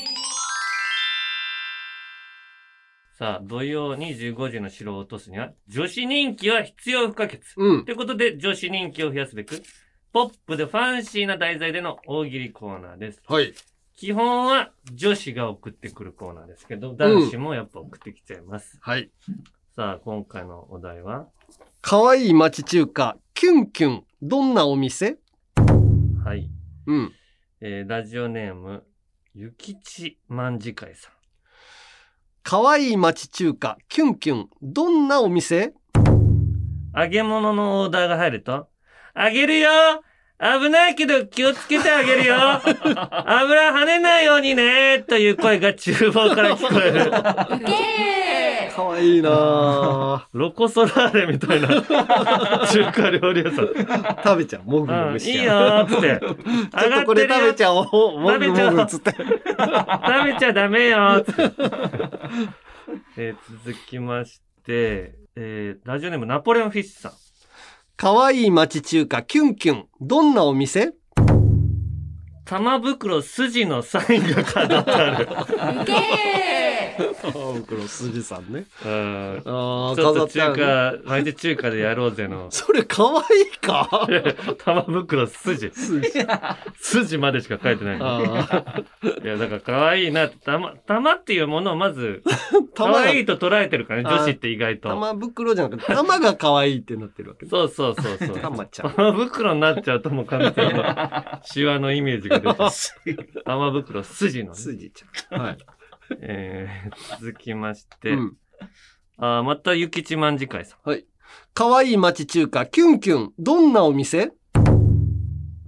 [SPEAKER 1] さあ、土曜25時の城を落とすには、女子人気は必要不可欠。
[SPEAKER 2] うん
[SPEAKER 1] ということで、女子人気を増やすべく、ポップでファンシーな題材での大喜利コーナーです。
[SPEAKER 2] はい。
[SPEAKER 1] 基本は女子が送ってくるコーナーですけど、男子もやっぱ送ってきちゃいます。
[SPEAKER 2] はい。
[SPEAKER 1] さあ、今回のお題は
[SPEAKER 2] 可愛い町中華、キュンキュン、どんなお店
[SPEAKER 1] はい。
[SPEAKER 2] うん。
[SPEAKER 1] えーラジオネーム、ゆきちまんじかいさん。
[SPEAKER 2] 可愛い町中華、キュンキュン、どんなお店
[SPEAKER 1] 揚げ物のオーダーが入ると、あげるよ危ないけど気をつけてあげ
[SPEAKER 2] [laughs]
[SPEAKER 1] るよ油跳ねないようにねという声が厨房から聞こえ
[SPEAKER 2] [laughs]
[SPEAKER 1] る。
[SPEAKER 2] 可愛いな
[SPEAKER 1] ロコソラーレみ
[SPEAKER 2] [laughs]
[SPEAKER 1] たいな中華料理屋さん。
[SPEAKER 2] 食べちゃう。もぐも
[SPEAKER 1] うん
[SPEAKER 2] ぐし
[SPEAKER 1] いい
[SPEAKER 2] ちゃ
[SPEAKER 1] よ
[SPEAKER 2] う。
[SPEAKER 1] ーって。
[SPEAKER 2] [laughs] ちょっとこれ食べちゃおう。もぐもぐっつって。
[SPEAKER 1] 食べちゃダメよー
[SPEAKER 2] [laughs]
[SPEAKER 1] って。えー続きまして、えーラジオネームナポレオンフィッシュさん。
[SPEAKER 2] 可愛い町中華、キュンキュン、どんなお店
[SPEAKER 1] 玉袋筋のサインが飾ってある。
[SPEAKER 2] 玉袋筋さんね。
[SPEAKER 1] うん。ち
[SPEAKER 2] あ
[SPEAKER 1] ょっ
[SPEAKER 2] あ、飾
[SPEAKER 1] と
[SPEAKER 2] ってあ
[SPEAKER 1] 中
[SPEAKER 2] る。
[SPEAKER 1] 華、毎日中華でやろうぜの。
[SPEAKER 2] それ可愛いか
[SPEAKER 1] [laughs] 玉袋筋。筋までしか書いてないの。い
[SPEAKER 2] あ
[SPEAKER 1] や、だから可愛いなって、玉、玉っていうものをまず、
[SPEAKER 2] 玉
[SPEAKER 1] 可愛いと捉えてるからね、
[SPEAKER 2] あー
[SPEAKER 1] 女子って意外と。
[SPEAKER 2] 玉袋じゃなくて、玉が可愛いってなってるわけね。
[SPEAKER 1] そうそうそうそう。
[SPEAKER 2] 玉ちゃん。
[SPEAKER 1] 玉袋になっちゃうともう完全 [laughs] に、 [laughs] シワのイメージが出てる。玉袋筋のね。
[SPEAKER 2] 筋ちゃん。はい。
[SPEAKER 1] えー、続きまして、あーまたゆきちまんじかいさん。
[SPEAKER 2] はい。可愛い町中華、キュンキュン、どんなお店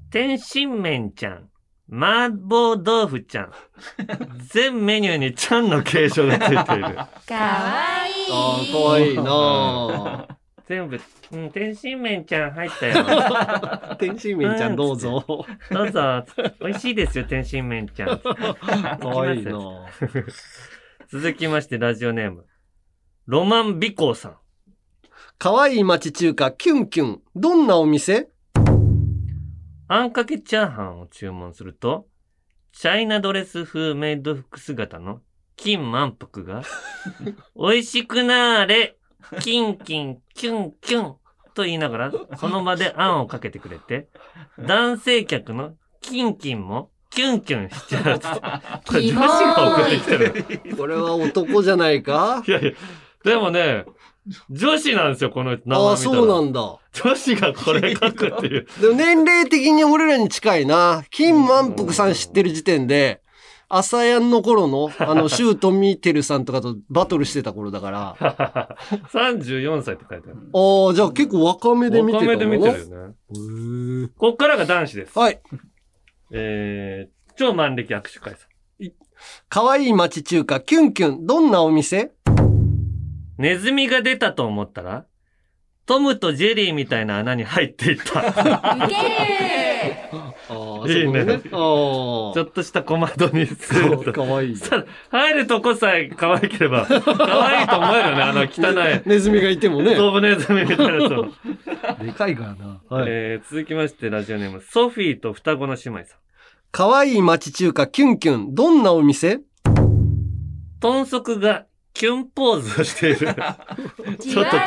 [SPEAKER 2] [laughs]
[SPEAKER 1] 天津麺ちゃん、麻婆豆腐ちゃん、全メニューにちゃんの継承がついている。
[SPEAKER 14] かわいい。
[SPEAKER 2] あー、可愛いなあ
[SPEAKER 1] 全部、うん、天津麺ちゃん入ったよ。
[SPEAKER 2] 天津麺ちゃんどうぞ。
[SPEAKER 1] [laughs] どうぞ。美味しいですよ、天津麺ちゃん。
[SPEAKER 2] 可愛いな
[SPEAKER 1] 行きます続きまして、ラジオネーム。ロマン美光さん。
[SPEAKER 2] 可愛い町中華、キュンキュン、どんなお店
[SPEAKER 1] あんかけチャーハンを注文すると、チャイナドレス風メイド服姿の金満腹
[SPEAKER 2] [laughs]
[SPEAKER 1] が、美味しくなーれ、キンキン、キュンキュンと言いながら、その場であんをかけてくれて、男性客のキンキンもキュンキュンしちゃう。これ女子が送ってきてる。
[SPEAKER 2] これは男じゃないか
[SPEAKER 1] いやいや、でもね、女子なんですよ、この名前見たら。
[SPEAKER 2] ああ、そうなんだ。
[SPEAKER 1] 女子がこれ書くっていう。
[SPEAKER 2] でも年齢的に俺らに近いな。金満腹さん知ってる時点で、朝やんの頃の、あ
[SPEAKER 1] [laughs]
[SPEAKER 2] の、シュートミーテルさんとかとバトルしてた頃だから。あ
[SPEAKER 1] 34歳って書いてある。
[SPEAKER 2] あ、じゃあ結構若めで見てたの
[SPEAKER 1] 若めで見てるよね。こっからが男子です。
[SPEAKER 2] はい。
[SPEAKER 1] えー、超万力握手会さん。
[SPEAKER 2] 可愛い町中華、キュンキュン、どんなお店
[SPEAKER 1] ネズミが出たと思ったら、トムとジェリーみたいな穴に入ってい
[SPEAKER 2] [laughs]
[SPEAKER 1] った。
[SPEAKER 14] いける
[SPEAKER 1] いいね。ち
[SPEAKER 2] ょ
[SPEAKER 1] っとした小窓にすると。
[SPEAKER 2] かわいい。
[SPEAKER 1] 入るとこさえ可愛ければ、可愛いと思えるね、あの汚い。
[SPEAKER 2] ネズミがいてもね。
[SPEAKER 1] ドブネズミみたいな
[SPEAKER 2] [laughs]
[SPEAKER 1] やつも
[SPEAKER 2] でかいからな。
[SPEAKER 1] えー続きまして、ラジオネーム、ソフィーと双子の姉妹さん。
[SPEAKER 2] 可愛い町中華、キュンキュン、どんなお店
[SPEAKER 1] 豚足がキュンポーズをしてい
[SPEAKER 2] [laughs]
[SPEAKER 1] る。ちょっとこ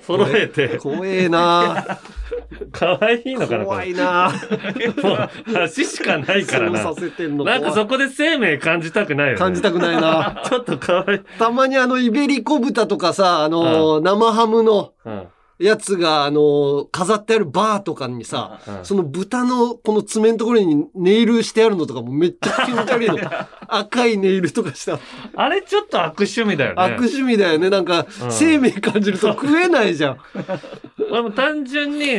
[SPEAKER 1] 揃えて。
[SPEAKER 2] 怖えな
[SPEAKER 1] 可愛 [laughs] いのかな
[SPEAKER 2] 怖いな
[SPEAKER 1] もう、足しかないからな。
[SPEAKER 2] そうさせてんの怖
[SPEAKER 1] ないんかそこで生命感じたくないよね。
[SPEAKER 2] 感じたくな
[SPEAKER 1] [laughs]
[SPEAKER 2] いな
[SPEAKER 1] ちょっと可愛い。
[SPEAKER 2] たまにあの、イベリコ豚とかさ、あのー生ハムの
[SPEAKER 1] うん。
[SPEAKER 2] やつが、あのー飾ってあるバーとかにさ、
[SPEAKER 1] うん
[SPEAKER 2] その豚のこの爪のところにネイルしてあるのとかもめっちゃ気持ち悪
[SPEAKER 1] [laughs]
[SPEAKER 2] いの。赤いネイルとかした。
[SPEAKER 1] あれちょっと悪趣味だよね。
[SPEAKER 2] 悪趣味だよね。なんか、
[SPEAKER 1] うん
[SPEAKER 2] 生命感じると食えな
[SPEAKER 1] [laughs]
[SPEAKER 2] いじゃん。
[SPEAKER 1] 俺も単純に、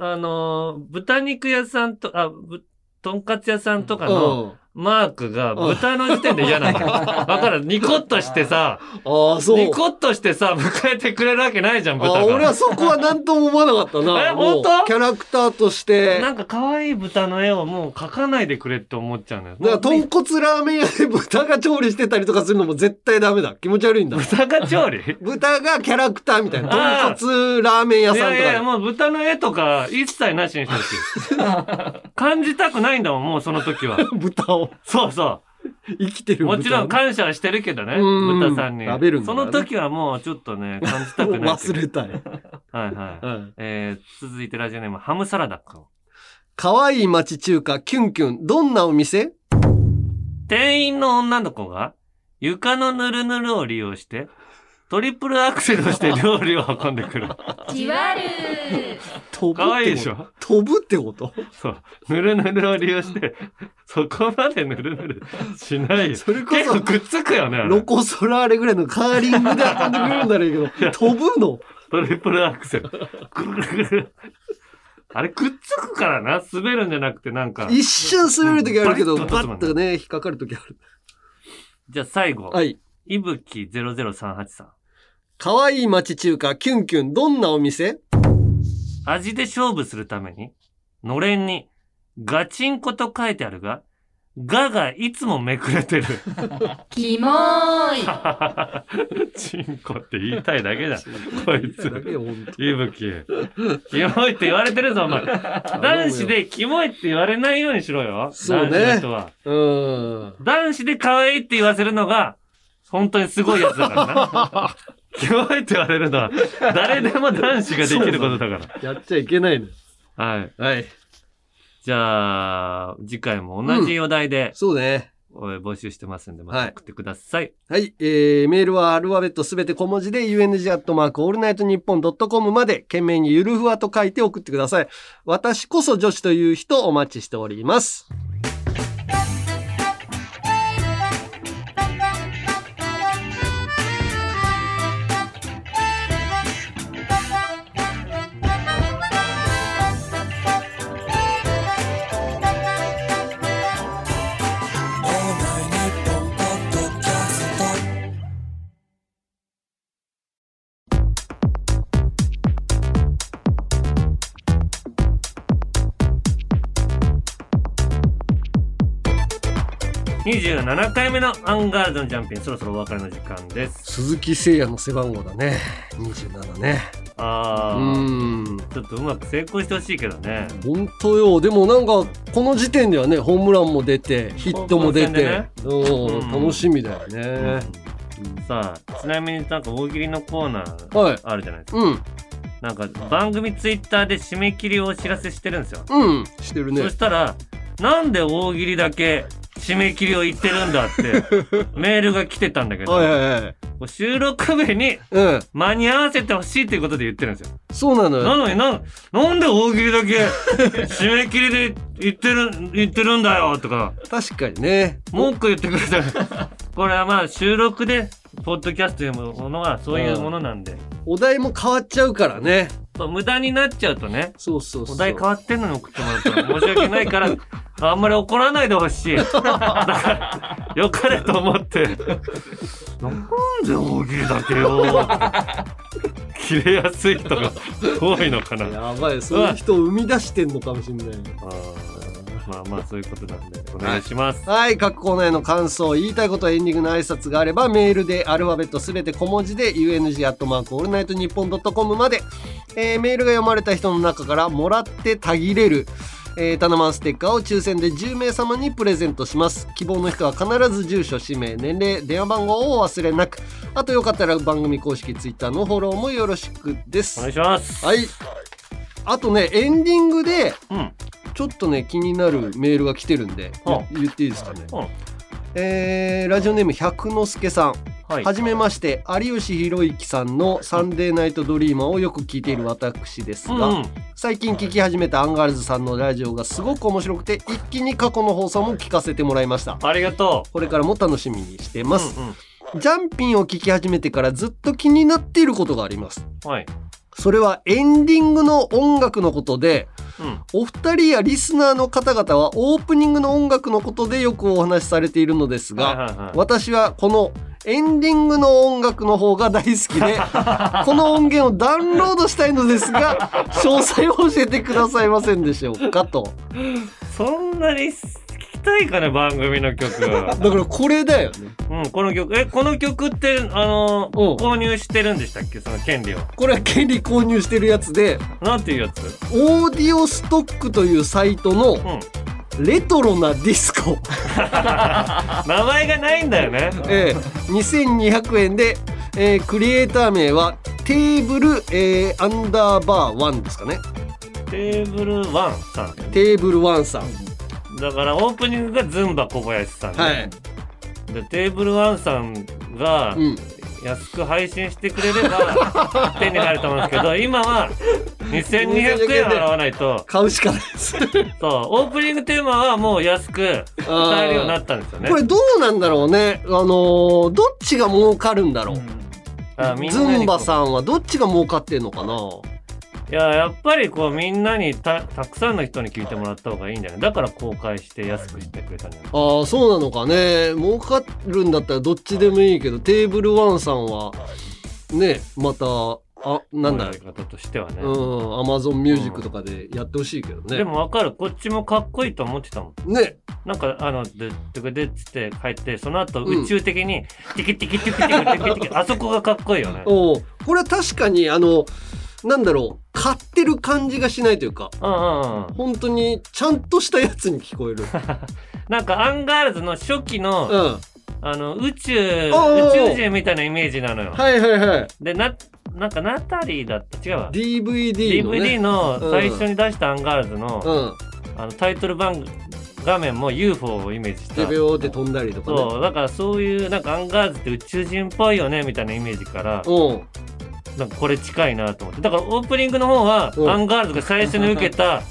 [SPEAKER 1] あのー、豚肉屋さんと、あ、ぶとんかつ屋さんとかのマークが豚の時点で嫌なの。
[SPEAKER 2] [laughs]
[SPEAKER 1] だからニコッとしてさ、
[SPEAKER 2] ああ、そう
[SPEAKER 1] ニコッとしてさ、迎えてくれるわけないじゃん、豚
[SPEAKER 2] あ
[SPEAKER 1] が。
[SPEAKER 2] 俺はそこは何とも思わなかった
[SPEAKER 1] [laughs]
[SPEAKER 2] な。
[SPEAKER 1] え
[SPEAKER 2] もう
[SPEAKER 1] 本当
[SPEAKER 2] キャラクターとして。
[SPEAKER 1] なんか可愛い豚の絵をもう描かないでくれって思っちゃうのよ。
[SPEAKER 2] だから、豚骨ラーメン屋で豚が調理してたりとかするのも絶対ダメだ。気持ち悪いんだ。
[SPEAKER 1] 豚が調理
[SPEAKER 2] 豚がキャラクターみたいな。豚骨ラーメン屋さんとか
[SPEAKER 1] い
[SPEAKER 2] で。
[SPEAKER 1] やいや、もう豚の絵とか一切なしにしてほしい。
[SPEAKER 2] [laughs]
[SPEAKER 1] 感じたくないんだもん、もうその時は。
[SPEAKER 2] 豚を。
[SPEAKER 1] そうそう。
[SPEAKER 2] 生きてる
[SPEAKER 1] もちろん
[SPEAKER 2] 豚
[SPEAKER 1] 感謝はしてるけどね、
[SPEAKER 2] うん
[SPEAKER 1] 豚さんに。
[SPEAKER 2] 食べるんだ
[SPEAKER 1] そ
[SPEAKER 2] から
[SPEAKER 1] の
[SPEAKER 2] ね
[SPEAKER 1] 時はもうちょっとね、感じたくない。
[SPEAKER 2] 忘れたい。
[SPEAKER 1] はいはい。えー、続いてラジオネーム、ハムサラダくん。
[SPEAKER 2] 可愛い町中華、キュンキュン、どんなお店
[SPEAKER 1] 店員の女の子が床のぬるぬるを利用して、トリプルアクセルをして料理を運んでくる。
[SPEAKER 14] じわる
[SPEAKER 2] 飛ぶってこと
[SPEAKER 1] 可愛いでしょ
[SPEAKER 2] 飛ぶってこと
[SPEAKER 1] そう。ぬるぬるを利用して、そこまでぬるぬるしないよ。それ
[SPEAKER 2] こそ
[SPEAKER 1] 結構くっつくよね。あれ
[SPEAKER 2] ロコ・ソラーレぐらいのカーリングで遊んでくれるんだろうけど、飛ぶの
[SPEAKER 1] トリプルアクセル。ぐるぐるぐるあれくっつくからな。滑るんじゃなくてなんか。
[SPEAKER 2] 一瞬滑る時あるけど、
[SPEAKER 1] うん
[SPEAKER 2] バッとね、引っかかる時ある。
[SPEAKER 1] じゃあ最後。
[SPEAKER 2] はい。
[SPEAKER 1] いぶき0038さん。
[SPEAKER 2] 可愛い町中華、キュンキュン、どんなお店
[SPEAKER 1] 味で勝負するために、のれんに、ガチンコと書いてあるが、ガがいつもめくれてる。
[SPEAKER 14] キモーい。
[SPEAKER 1] チンコって言いたいだけだ。こいつ。いぶき。キ
[SPEAKER 2] 当
[SPEAKER 1] モいって言われてるぞ、お前。男子でキモいって言われないようにしろよ。
[SPEAKER 2] そう
[SPEAKER 1] 男子の
[SPEAKER 2] ね
[SPEAKER 1] 人は。。
[SPEAKER 2] うん。
[SPEAKER 1] 男子で可愛いって言わせるのが、本当にすごいやつだからな。キモいって言われるのは、誰でも男子ができることだから。
[SPEAKER 2] やっちゃいけないの。
[SPEAKER 1] はい。
[SPEAKER 2] はい。
[SPEAKER 1] じゃあ、次回も同じお題で、
[SPEAKER 2] そうね。
[SPEAKER 1] 募集してますんで、また送ってください。
[SPEAKER 2] はい、えー、メールはアルファベットすべて小文字で UNG アットマークオールナイトニッポンドットコムまで懸命にゆるふわと書いて送ってください。私こそ女子という人お待ちしております。
[SPEAKER 1] 27回目のアンガールズのジャンピンそろそろお別れの時間です
[SPEAKER 2] 鈴木誠也の背番号だね。27ね。
[SPEAKER 1] あ
[SPEAKER 2] う
[SPEAKER 1] ーちょっとうまく成功してほしいけどね
[SPEAKER 2] 本当よ。でもなんか、この時点ではね、ホームランも出て、ヒットも出て、
[SPEAKER 1] そう
[SPEAKER 2] うん、楽しみだよね。
[SPEAKER 1] さあちなみになんか大喜利のコーナー
[SPEAKER 2] はい
[SPEAKER 1] あるじゃないですか、
[SPEAKER 2] うん、
[SPEAKER 1] なんか番組ツイッターで締め切りをお知らせしてるんですよ、
[SPEAKER 2] うん、してるね
[SPEAKER 1] そ。したらなんで大喜利だけ締め切りを言ってるん
[SPEAKER 2] [laughs]
[SPEAKER 1] だってメールが来てたんだけど、
[SPEAKER 2] はいはいはい
[SPEAKER 1] こう収録日に
[SPEAKER 2] うん、
[SPEAKER 1] 間に合わせてほしいということで言ってるんですよ
[SPEAKER 2] そうなの
[SPEAKER 1] な
[SPEAKER 2] よ。
[SPEAKER 1] のにな、なんで大喜利だけ締め切りで言ってる、言ってるんだよとか、
[SPEAKER 2] 確かにね。
[SPEAKER 1] 文句言ってくれたら、これはまあ収録で、ポッドキャストというものはそういうものなんで、
[SPEAKER 2] お題も変わっちゃうからね。
[SPEAKER 1] そう無駄になっちゃうとね、
[SPEAKER 2] そうそうそう
[SPEAKER 1] お題変わってんのに送ってもらったら申し訳ない
[SPEAKER 2] [laughs]
[SPEAKER 1] から、あんまり怒らないでほしい。だから、よかれと思って、なんで大喜利だけよ。切れやすい人が多いのかな。
[SPEAKER 2] やばい、そういう人を生み出してんのかもしれない。
[SPEAKER 1] あーまあまあそういうことなんでお願いします。
[SPEAKER 2] はい、各コーナーへの感想、言いたいこと、エンディングの挨拶があれば、メールで、アルファベットすべて小文字で、UNG アットマークオールナイトニッポンドットコムまで、えーメールが読まれた人の中から、もらってたぎれる、えータナマンステッカーを抽選で10名様にプレゼントします。希望の人は必ず住所、氏名、年齢、電話番号を忘れなく、あとよかったら番組公式ツイッターのフォローもよろしくです。
[SPEAKER 1] お願いします。
[SPEAKER 2] はい。あとね、エンディングで、
[SPEAKER 1] うん
[SPEAKER 2] ちょっとね、気になるメールが来てるんで、ゆ言っていいですかね。えーラジオネーム百之助さん。
[SPEAKER 1] はい
[SPEAKER 2] じめまして、有吉弘行さんのサンデーナイトドリーマーをよく聞いている私ですが、
[SPEAKER 1] うん
[SPEAKER 2] 最近聞き始めたアンガールズさんのラジオがすごく面白くて、一気に過去の放送も聞かせてもらいました。
[SPEAKER 1] ありがとう。
[SPEAKER 2] これからも楽しみにしてます。
[SPEAKER 1] うん
[SPEAKER 2] ジャンピンを聞き始めてからずっと気になっていることがあります。
[SPEAKER 1] うんはい。
[SPEAKER 2] それはエンディングの音楽のことで、
[SPEAKER 1] うん。
[SPEAKER 2] お二人やリスナーの方々はオープニングの音楽のことでよくお話しされているのですが、
[SPEAKER 1] はいはいはい
[SPEAKER 2] 私はこのエンディングの音楽の方が大好
[SPEAKER 1] [laughs]
[SPEAKER 2] きでこの音源をダウンロードしたいのです
[SPEAKER 1] [laughs]
[SPEAKER 2] が詳細を教えてくださいませんでしょうかと
[SPEAKER 1] そんなに聞きたいかね番組の曲。
[SPEAKER 2] だからこれだよね
[SPEAKER 1] うんこの曲えこの曲ってあの購入してるんでしたっけその権利を。
[SPEAKER 2] これは権利購入してるやつで
[SPEAKER 1] なんていうやつ？
[SPEAKER 2] オーディオストックというサイトのレトロなディスコ、
[SPEAKER 1] 名前がないんだよね。
[SPEAKER 2] ええ、2200円で、えークリエイター名はテーブル、えーアンダーバー1ですかね
[SPEAKER 1] テーブルワンさん。
[SPEAKER 2] テーブル1さん
[SPEAKER 1] だからオープニングがズンバ小林さんで、
[SPEAKER 2] はい
[SPEAKER 1] でテーブルワンさんが
[SPEAKER 2] うん
[SPEAKER 1] 安く配信してくれれ
[SPEAKER 2] [laughs]
[SPEAKER 1] ば手に入ると思うんですけど今は2200円払わないと
[SPEAKER 2] 買うしかないです
[SPEAKER 1] そうオープニングテーマはもう安く [laughs] 買えるようになったんですよね
[SPEAKER 2] これどうなんだろうねあのーどっちが儲かるんだろう、
[SPEAKER 1] あみんなにこう
[SPEAKER 2] ズンバさんはどっちが儲かってんのかない
[SPEAKER 1] ややっぱりこうみんなにたたくさんの人に聞いてもらった方がいいんじゃないだから公開して安くしてくれたんじゃない
[SPEAKER 2] あーそうなのかね儲かるんだったらどっちでもいいけどテーブルワンさんはねまたあなんだろ
[SPEAKER 1] やり方としてはね、
[SPEAKER 2] ううんアマゾンミュージックとかでやってほしいけどね、
[SPEAKER 1] でもわかるこっちもかっこいいと思ってたもん
[SPEAKER 2] ね
[SPEAKER 1] なんかあの「でってくで」っつって帰ってその後
[SPEAKER 2] うん
[SPEAKER 1] 宇宙的に「ティキティキティキティキティキティキ」あそこがかっこいいよね
[SPEAKER 2] おうこれは確かにあのなんだろう買ってる感じがしないというか、本当にちゃんとしたやつに
[SPEAKER 1] [laughs]
[SPEAKER 2] 聞こえる
[SPEAKER 1] なんかアンガールズの初期の,、
[SPEAKER 2] うん
[SPEAKER 1] あの宇宙宇
[SPEAKER 2] おうおう
[SPEAKER 1] 宙人みたいなイメージなのよ
[SPEAKER 2] はいはいはい
[SPEAKER 1] でななんかナタリーだった違うわ
[SPEAKER 2] DVD の、ね、
[SPEAKER 1] DVD の最初
[SPEAKER 2] に、
[SPEAKER 1] に出したアンガールズの,、あのタイトル番画面も UFO をイメージし
[SPEAKER 2] デ
[SPEAKER 1] た
[SPEAKER 2] ベオで飛んだりとかね
[SPEAKER 1] そうだからそういうなんかアンガールズって宇宙人っぽいよねみたいなイメージから
[SPEAKER 2] うん
[SPEAKER 1] なんかこれ近いなと思ってだからオープニングの方はアンガールズが最初に受けた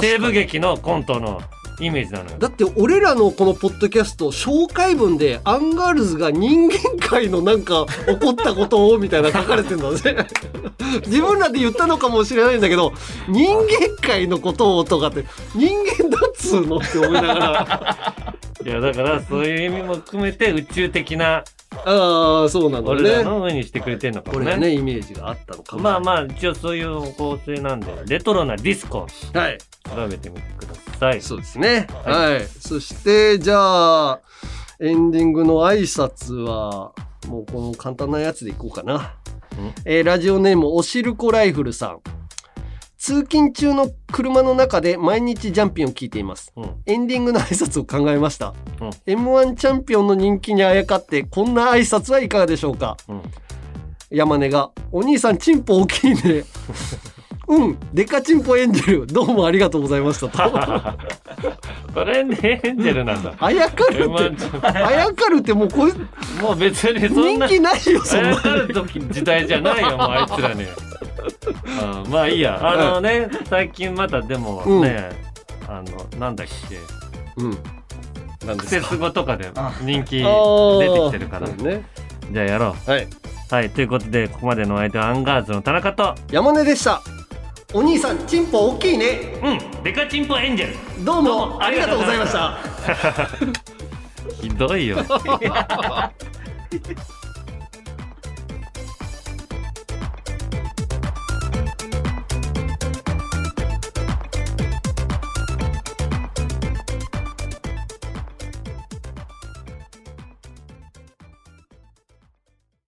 [SPEAKER 1] 西部劇のコントのイメージなのよ
[SPEAKER 2] だって俺らのこのポッドキャスト紹介文でアンガールズが人間界のなん
[SPEAKER 1] [laughs]
[SPEAKER 2] か起こったことをみたいな書かれてるんだね [laughs] 自分らで言ったのかもしれないんだけど人間界のことをとかって人間だっつうのって思いながら
[SPEAKER 1] いやだからそういう意味も含めて宇宙的な
[SPEAKER 2] ああそうなんだ
[SPEAKER 1] 俺ら
[SPEAKER 2] ね
[SPEAKER 1] の上にしてくれてるのかも
[SPEAKER 2] 俺
[SPEAKER 1] ね
[SPEAKER 2] らねイメージがあったのかもしれない
[SPEAKER 1] まあまあ一応そういう構成なんでレトロなディスコ
[SPEAKER 2] はい
[SPEAKER 1] 調べてみてください
[SPEAKER 2] そうですねはい、そしてじゃあエンディングの挨拶は、もうこの簡単なやつでいこうかな。えーラジオネーム、おしるこライフルさん。通勤中の車の中で毎日ジャンピンを聞いています。エンディングの挨拶を考えました。M1 チャンピオンの人気にあやかって、こんな挨拶はいかがでしょうか、山根が、お兄さんチンポ大きい
[SPEAKER 1] [laughs]
[SPEAKER 2] ね。うん、デカチンポエンジェル、どうもありがとうございまし
[SPEAKER 1] [laughs]
[SPEAKER 2] たと。
[SPEAKER 1] これね、エンジェルなんだ。
[SPEAKER 2] あやかる
[SPEAKER 1] M1
[SPEAKER 2] って、あやかるってもうこういう、
[SPEAKER 1] もう別にそんな。
[SPEAKER 2] 人気ないよそんな
[SPEAKER 1] あやかる時時代じゃないよ、もうあいつ
[SPEAKER 2] [laughs]
[SPEAKER 1] らに。あーまあいいや。あのね、最近またでもね、あの、なんだっけ。
[SPEAKER 2] うん。
[SPEAKER 1] なんですか。節語とかで人気
[SPEAKER 2] あ
[SPEAKER 1] 出
[SPEAKER 2] ー
[SPEAKER 1] てきてるから。
[SPEAKER 2] そうね
[SPEAKER 1] じゃあやろ
[SPEAKER 2] う。はい。
[SPEAKER 1] はい、ということで、ここまでのお相手はアンガールズの田中と、
[SPEAKER 2] 山根でした。お兄さん、チンポ大きいね。
[SPEAKER 1] うん、デカチンポエンジェル。
[SPEAKER 2] どうもありがとうございました。
[SPEAKER 1] ひどいよ。